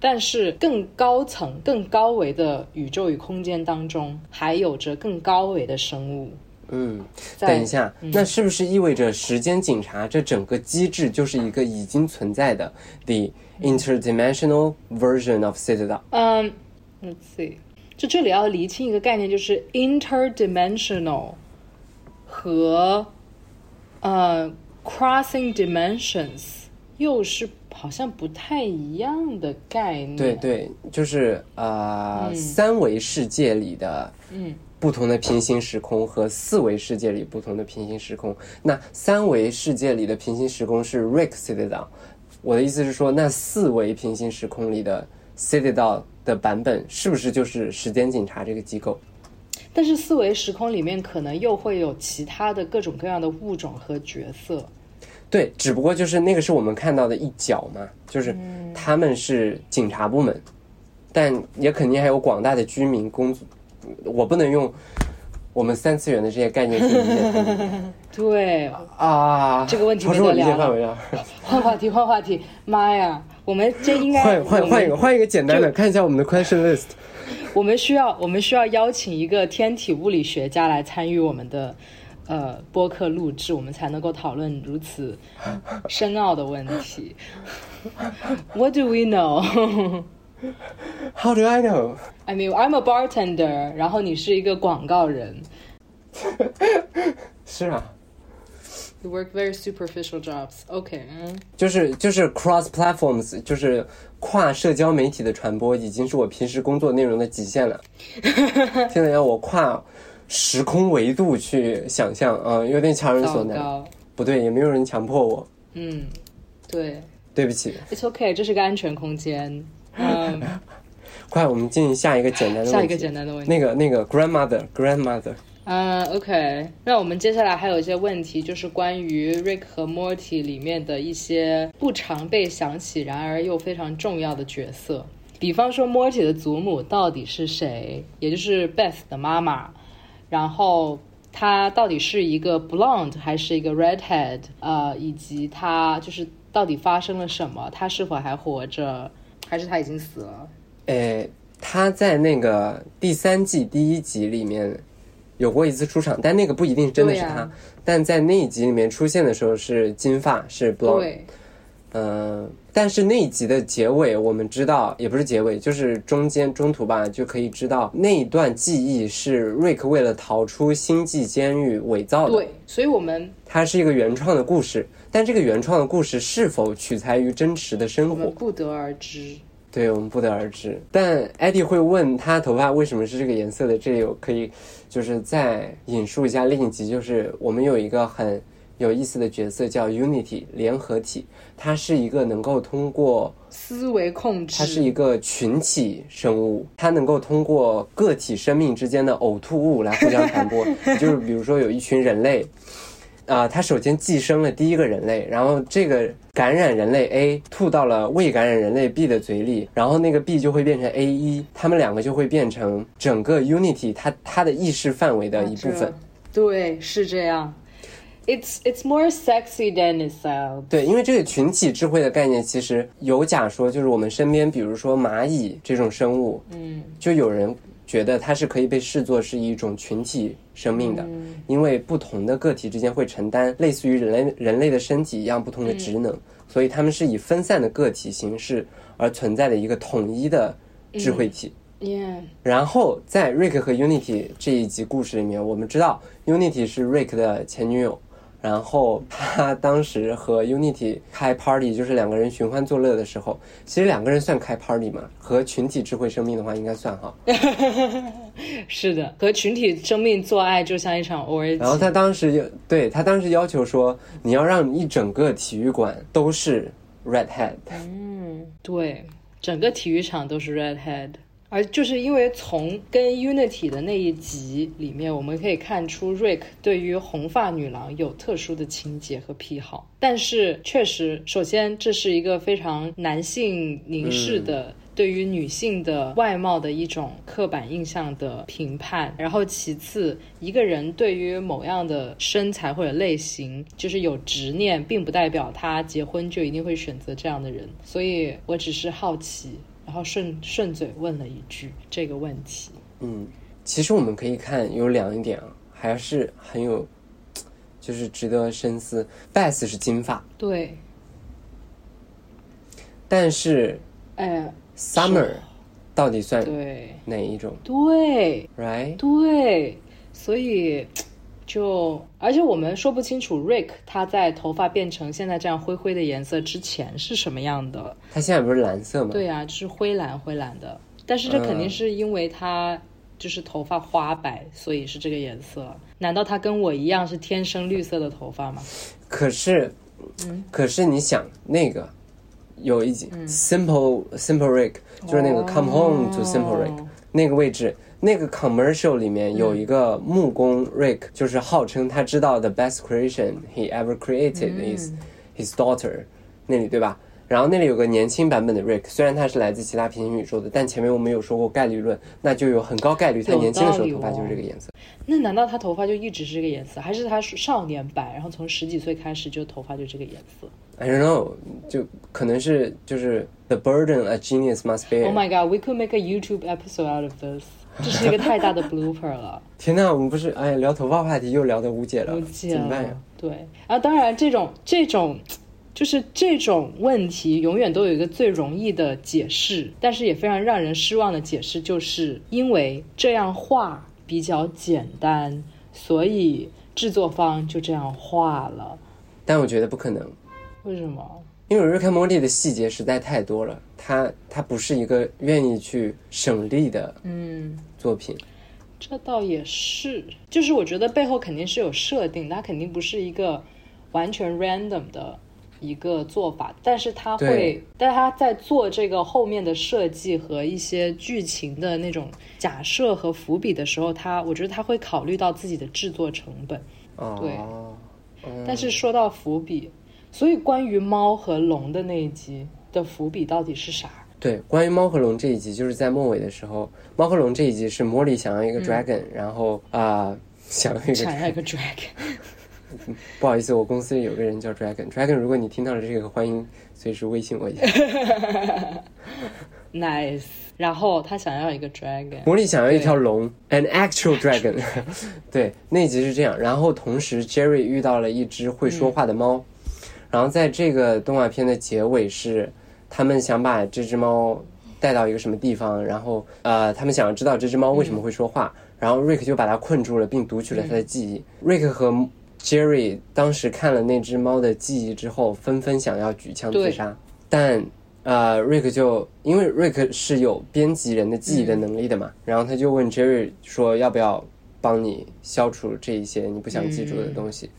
S1: 但是更高层、更高维的宇宙与空间当中，还有着更高维的生物。
S2: 嗯，
S1: 在
S2: 等一下，那是不是意味着时间警察这整个机制就是一个已经存在的 the interdimensional version of Citadel？
S1: 嗯、l e t s see，就这里要厘清一个概念，就是 interdimensional 和呃 crossing dimensions 又是好像不太一样的概念。
S2: 对对，就是呃、三维世界里的嗯不同的平行时空和四维世界里不同的平行时空。那三维世界里的平行时空是 Rick Citadel，我的意思是说，那四维平行时空里的 Citadel 的版本是不是就是时间警察这个机构？
S1: 但是四维时空里面可能又会有其他的各种各样的物种和角色。
S2: 对，只不过就是那个是我们看到的一角嘛，就是
S1: 嗯
S2: 他们是警察部门，但也肯定还有广大的居民工作。我不能用我们三次元的这些概念去理解他 们
S1: 对，
S2: 啊。
S1: 这个问题
S2: 超
S1: 没
S2: 出
S1: 得
S2: 我理解
S1: 聊了
S2: 范围啊了。
S1: 换话题，换话题。妈呀，我们这应该
S2: 换换
S1: 我们
S2: 换一个，换一个简单的，看一下我们的 question list。
S1: 我们需要我们需要邀请一个天体物理学家来参与我们的呃播客录制，我们才能够讨论如此 深奥的问题。What do we know?
S2: How do I know？
S1: I mean, I'm a bartender，然后你是一个广告人。
S2: 是啊，
S1: You work very superficial jobs. OK，嗯，
S2: 就是就是 cross platforms，就是跨社交媒体的传播，已经是我平时工作内容的极限了。现在要我跨时空维度去想象，啊、有点强人
S1: 糟
S2: 所难。
S1: 糕，
S2: 不对，也没有人强迫我。
S1: 嗯，对
S2: 对不起，
S1: ，It's OK，这是个安全空间。 嗯，
S2: 快，我们进下一个简单的问题。
S1: 下一个简单的问题。
S2: 那个那个 grandmother，grandmother，
S1: 嗯、o k 那我们接下来还有一些问题，就是关于《Rick 和 Morty》里面的一些不常被想起，然而又非常重要的角色。比方说，Morty 的祖母到底是谁？也就是 Beth 的妈妈。然后她到底是一个 blonde 还是一个 redhead？呃，以及她就是到底发生了什么？她是否还活着？还是她已经死了？
S2: 诶，她在那个第三季第一集里面有过一次出场，但那个不一定真的是
S1: 对啊
S2: 她，但在那一集里面出现的时候是金发，是 blonde。
S1: 对，
S2: 嗯，但是那一集的结尾，我们知道也不是结尾，就是中间中途吧，就可以知道那一段记忆是瑞克为了逃出星际监狱伪造的。
S1: 对，所以我们
S2: 它是一个原创的故事，但这个原创的故事是否取材于真实的
S1: 我
S2: 生
S1: 们
S2: 活，
S1: 不得而知。
S2: 对我们不得而知。但艾迪会问他头发为什么是这个颜色的，这里我可以就是再引述一下另一集，就是我们有一个很有意思的角色叫 Unity 联合体，它是一个能够通过
S1: 思维控制，
S2: 它是一个群体生物，它能够通过个体生命之间的呕吐物来互相传播。就是比如说有一群人类，啊、它首先寄生了第一个人类，然后这个感染人类 A 吐到了未感染人类 B 的嘴里，然后那个 B 就会变成 A 一，他们两个就会变成整个 Unity 它它的意识范
S1: 啊
S2: 围的一部分。。
S1: 对，是这样。It's it's more sexy than it sounds。
S2: 对，因为这个群体智慧的概念，其实有假说，就是我们身边，比如说蚂蚁这种生物，嗯，就有人觉得它是可以被视作是一种群体生命的，因为不同的个体之间会承担类似于人类人类的身体一样不同的职能，所以他们是以分散的个体形式而存在的一个统一的智慧体。
S1: Yeah，
S2: 然后在 Rick 和 Unity 这一集故事里面，我们知道 Unity 是 Rick 的前女友，然后他当时和 Unity 开 party，就是两个人寻欢作乐的时候，其实两个人算开 party 嘛，和群体智慧生命的话应该算哈。
S1: 是的，和群体生命做爱就像一场 orgy。
S2: 然后他当时就对他当时要求说，你要让一整个体育馆都是 redhead，
S1: 对，整个体育场都是 redhead。而就是因为从跟 Unity 的那一集里面，我们可以看出 Rick 对于红发女郎有特殊的情节和癖好。但是确实，首先这是一个非常男性凝视的对于女性的外貌的一种刻板印象的评判，然后其次，一个人对于某样的身材或者类型就是有执念，并不代表他结婚就一定会选择这样的人，所以我只是好奇，然后顺顺嘴问了一句这个问题。
S2: 嗯，其实我们可以看有两点啊，还是很有，就是值得深思。Beth 是金发。
S1: 对，
S2: 但是
S1: 哎，
S2: summer 到底算
S1: 对，
S2: 哪一种
S1: 对，
S2: ？Right？
S1: 对，所以就而且我们说不清楚 Rick 他在头发变成现在这样灰灰的颜色之前是什么样的。
S2: 它现在不是蓝色吗？
S1: 对啊，就是灰蓝灰蓝的，但是这肯定
S2: 嗯
S1: 是因为他就是头发花白，所以是这个颜色。难道他跟我一样是天生绿色的头发吗？
S2: 可是，
S1: 嗯
S2: 可是你想那个有一集 simple simple Rick，就
S1: 哦
S2: 是那个 come home to simple Rick 那个位置。那个 commercial 里面有一个木工
S1: 嗯
S2: Rick，、就是号称他知道 the best creation he ever created
S1: 嗯
S2: is his daughter，那里对吧？然后那里有个年轻版本的 Rick，虽然他是来自其他平行宇宙的，但前面我们有说过概率论，那就有很高概率他
S1: 有
S2: 年轻的
S1: 道
S2: 时候
S1: 理
S2: 头发就是
S1: 哦
S2: 这个颜色。
S1: 那难道他头发就一直是这个颜色，还是他是少年白，然后从十几岁开始就头发就这个颜色
S2: I don't know，就可能是就是 the burden a genius must bear。
S1: ？Oh my god, we could make a YouTube episode out of this。这是一个太大的 blooper 了。
S2: 天呐，我们不是哎聊头发话题又聊得无解了，
S1: 不解
S2: 怎么办
S1: 了
S2: 呀？
S1: 对啊，当然这种这种。就是这种问题永远都有一个最容易的解释，但是也非常让人失望的解释，就是因为这样画比较简单，所以制作方就这样画了。
S2: 但我觉得不可能，
S1: 为什么？
S2: 因为 Rick and Morty 的细节实在太多了，它它不是一个愿意去省力的
S1: 嗯，
S2: 作品。
S1: 这倒也是，就是我觉得背后肯定是有设定，它肯定不是一个完全 random 的一个做法，但是它会
S2: 对，
S1: 但它在做这个后面的设计和一些剧情的那种假设和伏笔的时候，它我觉得它会考虑到自己的制作成本。
S2: 哦，
S1: 但是说到伏笔，所以关于猫和龙的那一集的伏笔到底是啥？
S2: 对，关于猫和龙这一集，就是在末尾的时候，猫和龙这一集是莫莉想要一
S1: 嗯
S2: 个 dragon，、然后啊、想要一个
S1: 产了个 dragon，
S2: 不好意思，我公司有个人叫 Dragon。Dragon，如果你听到了这个，欢迎随时微信我一下。
S1: nice，然后他想要一个 dragon，
S2: 魔力想要一条龙，an actual dragon。对， 那集是这样。然后同时，Jerry 遇到了一只会说话的猫。然后在这个动画片的结尾是，他们想把这只猫带到一个什么地方，然后呃，他们想要知道这只猫为什么会说话。然后 Rick 就把它困住了，并读取了它的记忆。Rick 和 Jerry 当时看了那只猫的记忆之后，纷纷想要举枪自
S1: 对
S2: 杀，但呃，Rick 就因为 Rick 是有编辑人的记忆的能力的嘛，然后他就问 Jerry 说要不要帮你消除这一些你不想记住的东西，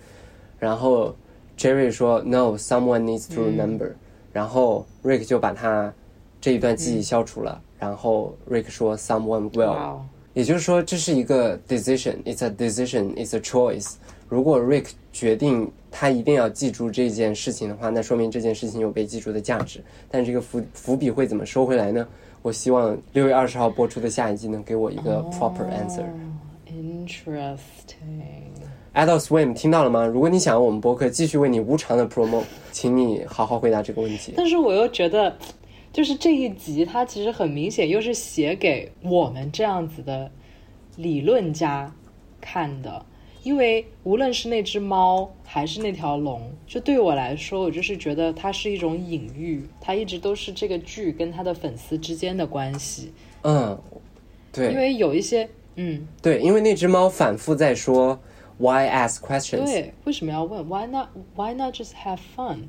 S2: 然后 Jerry 说 No，someone needs to remember，、然后 Rick 就把他这一段记忆消除了，然后 Rick 说 someone will，、
S1: 哇哦
S2: 也就是说，这是一个 decision，it's a decision，it's a choice。如果 Rick 决定他一定要记住这件事情的话，那说明这件事情有被记住的价值。但这个伏伏笔会怎么收回来呢？我希望六月二十号播出的下一季能给我一个 proper answer。
S1: Interesting。
S2: Adult Swim 听到了吗？如果你想要我们播客继续为你无偿的 promo，请你好好回答这个问题。
S1: 但是我又觉得，就是这一集它其实很明显又是写给我们这样子的理论家看的，因为无论是那只猫还是那条龙，就对我来说，我就是觉得它是一种隐喻，它一直都是这个剧跟它的粉丝之间的关系，
S2: 嗯，对，
S1: 因为有一些，嗯，
S2: 对，因为那只猫反复在说 “Why ask questions”，
S1: 对，为什么要问？Why not? Why not just have fun?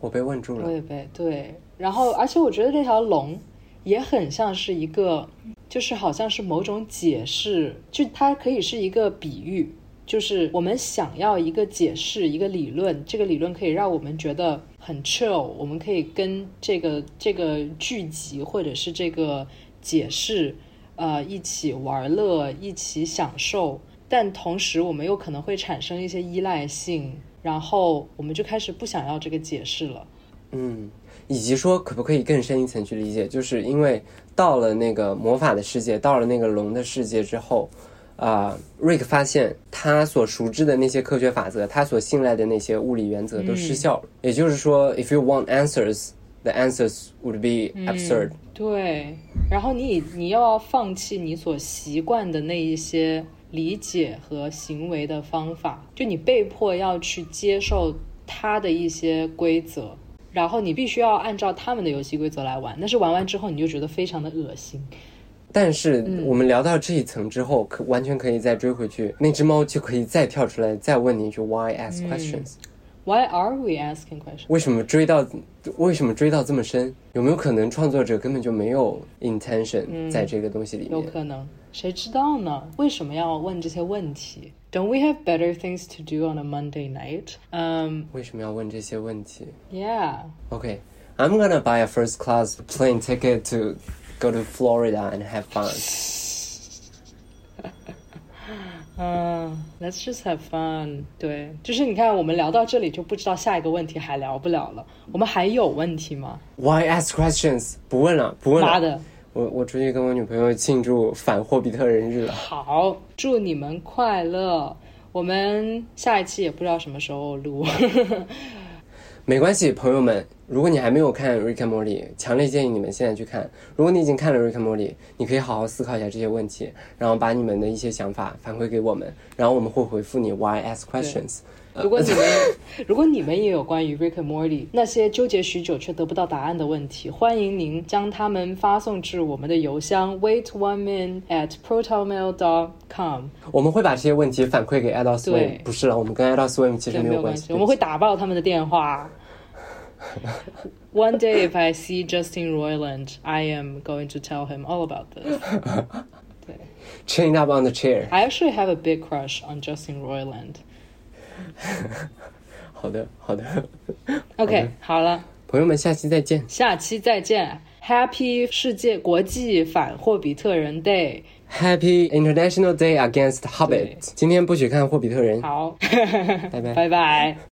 S2: 我被问住了。
S1: 对对对，然后而且我觉得这条龙也很像是一个，就是好像是某种解释，就它可以是一个比喻，就是我们想要一个解释，一个理论，这个理论可以让我们觉得很 chill，我们可以跟这个这个剧集或者是这个解释，呃，一起玩乐，一起享受，但同时我们又可能会产生一些依赖性。然后我们就开始不想要这个解释了，
S2: 嗯，以及说可不可以更深一层去理解，就是因为到了那个魔法的世界，到了那个龙的世界之后，啊、瑞克发现他所熟知的那些科学法则，他所信赖的那些物理原则都
S1: 嗯
S2: 失效了。也就是说，if you want answers。The answers would be
S1: 嗯
S2: absurd、
S1: 对，然后你你又要放弃你所习惯的那一些理解和行为的方法，就你被迫要去接受他的一些规则，然后你必须要按照他们的游戏规则来玩，但是玩完之后你就觉得非常的恶心。
S2: 但是
S1: 嗯
S2: 我们聊到这一层之后，可完全可以再追回去，那只猫就可以再跳出来，再问你一句 “Why
S1: 嗯
S2: ask questions”？、
S1: Why are we asking questions？
S2: 为什么追到为什么追到这么深？有没有可能创作者根本就没有 intention 在这个东西里
S1: 嗯有
S2: 面？
S1: 可能，谁知道呢？为什么要问这些问题？Don't we have better things to do on a Monday night? Um,
S2: 为什么要问这些问题
S1: yeah.
S2: ？OK，I'm、gonna buy a first class plane ticket to go to Florida and have fun。
S1: 嗯，Let's just have fun。对，就是你看，我们聊到这里就不知道下一个问题还聊不了了。我们还有问题吗？
S2: Why ask questions？不问了，不问
S1: 妈
S2: 了。
S1: 的，
S2: 我我出去跟我女朋友庆祝反霍比特人日了。
S1: 好，祝你们快乐。我们下一期也不知道什么时候录。
S2: 没关系，朋友们，如果你还没有看《Rick and Morty》，强烈建议你们现在去看。如果你已经看了《Rick and Morty》，你可以好好思考一下这些问题，然后把你们的一些想法反馈给我们，然后我们会回复你 Why ask questions。
S1: 如果你们如果你们也有关于 Rick and Morty 那些纠结许久却得不到答案的问题，欢迎您将它们发送至我们的邮箱 wait one min at protonmail dot com。
S2: 我们会把这些问题反馈给 Adult
S1: 对
S2: Swim。不是了，我们跟 Adult Swim 其实
S1: 对，没
S2: 没有
S1: 有关
S2: 关系
S1: 系，。我们会打爆他们的电 话。One day, if I see Justin Roiland, I am going to tell him all about this.
S2: chain up on the chair。
S1: I actually have a big crush on Justin Roiland.
S2: 好的，好的，
S1: OK，好了，
S2: 朋友们，下期再见。
S1: 下期再见。Happy 世界国际反霍比特人 Day。
S2: Happy International Day Against
S1: 对
S2: Hobbit。今天不许看霍比特人，
S1: 好，
S2: 拜拜。
S1: 拜拜。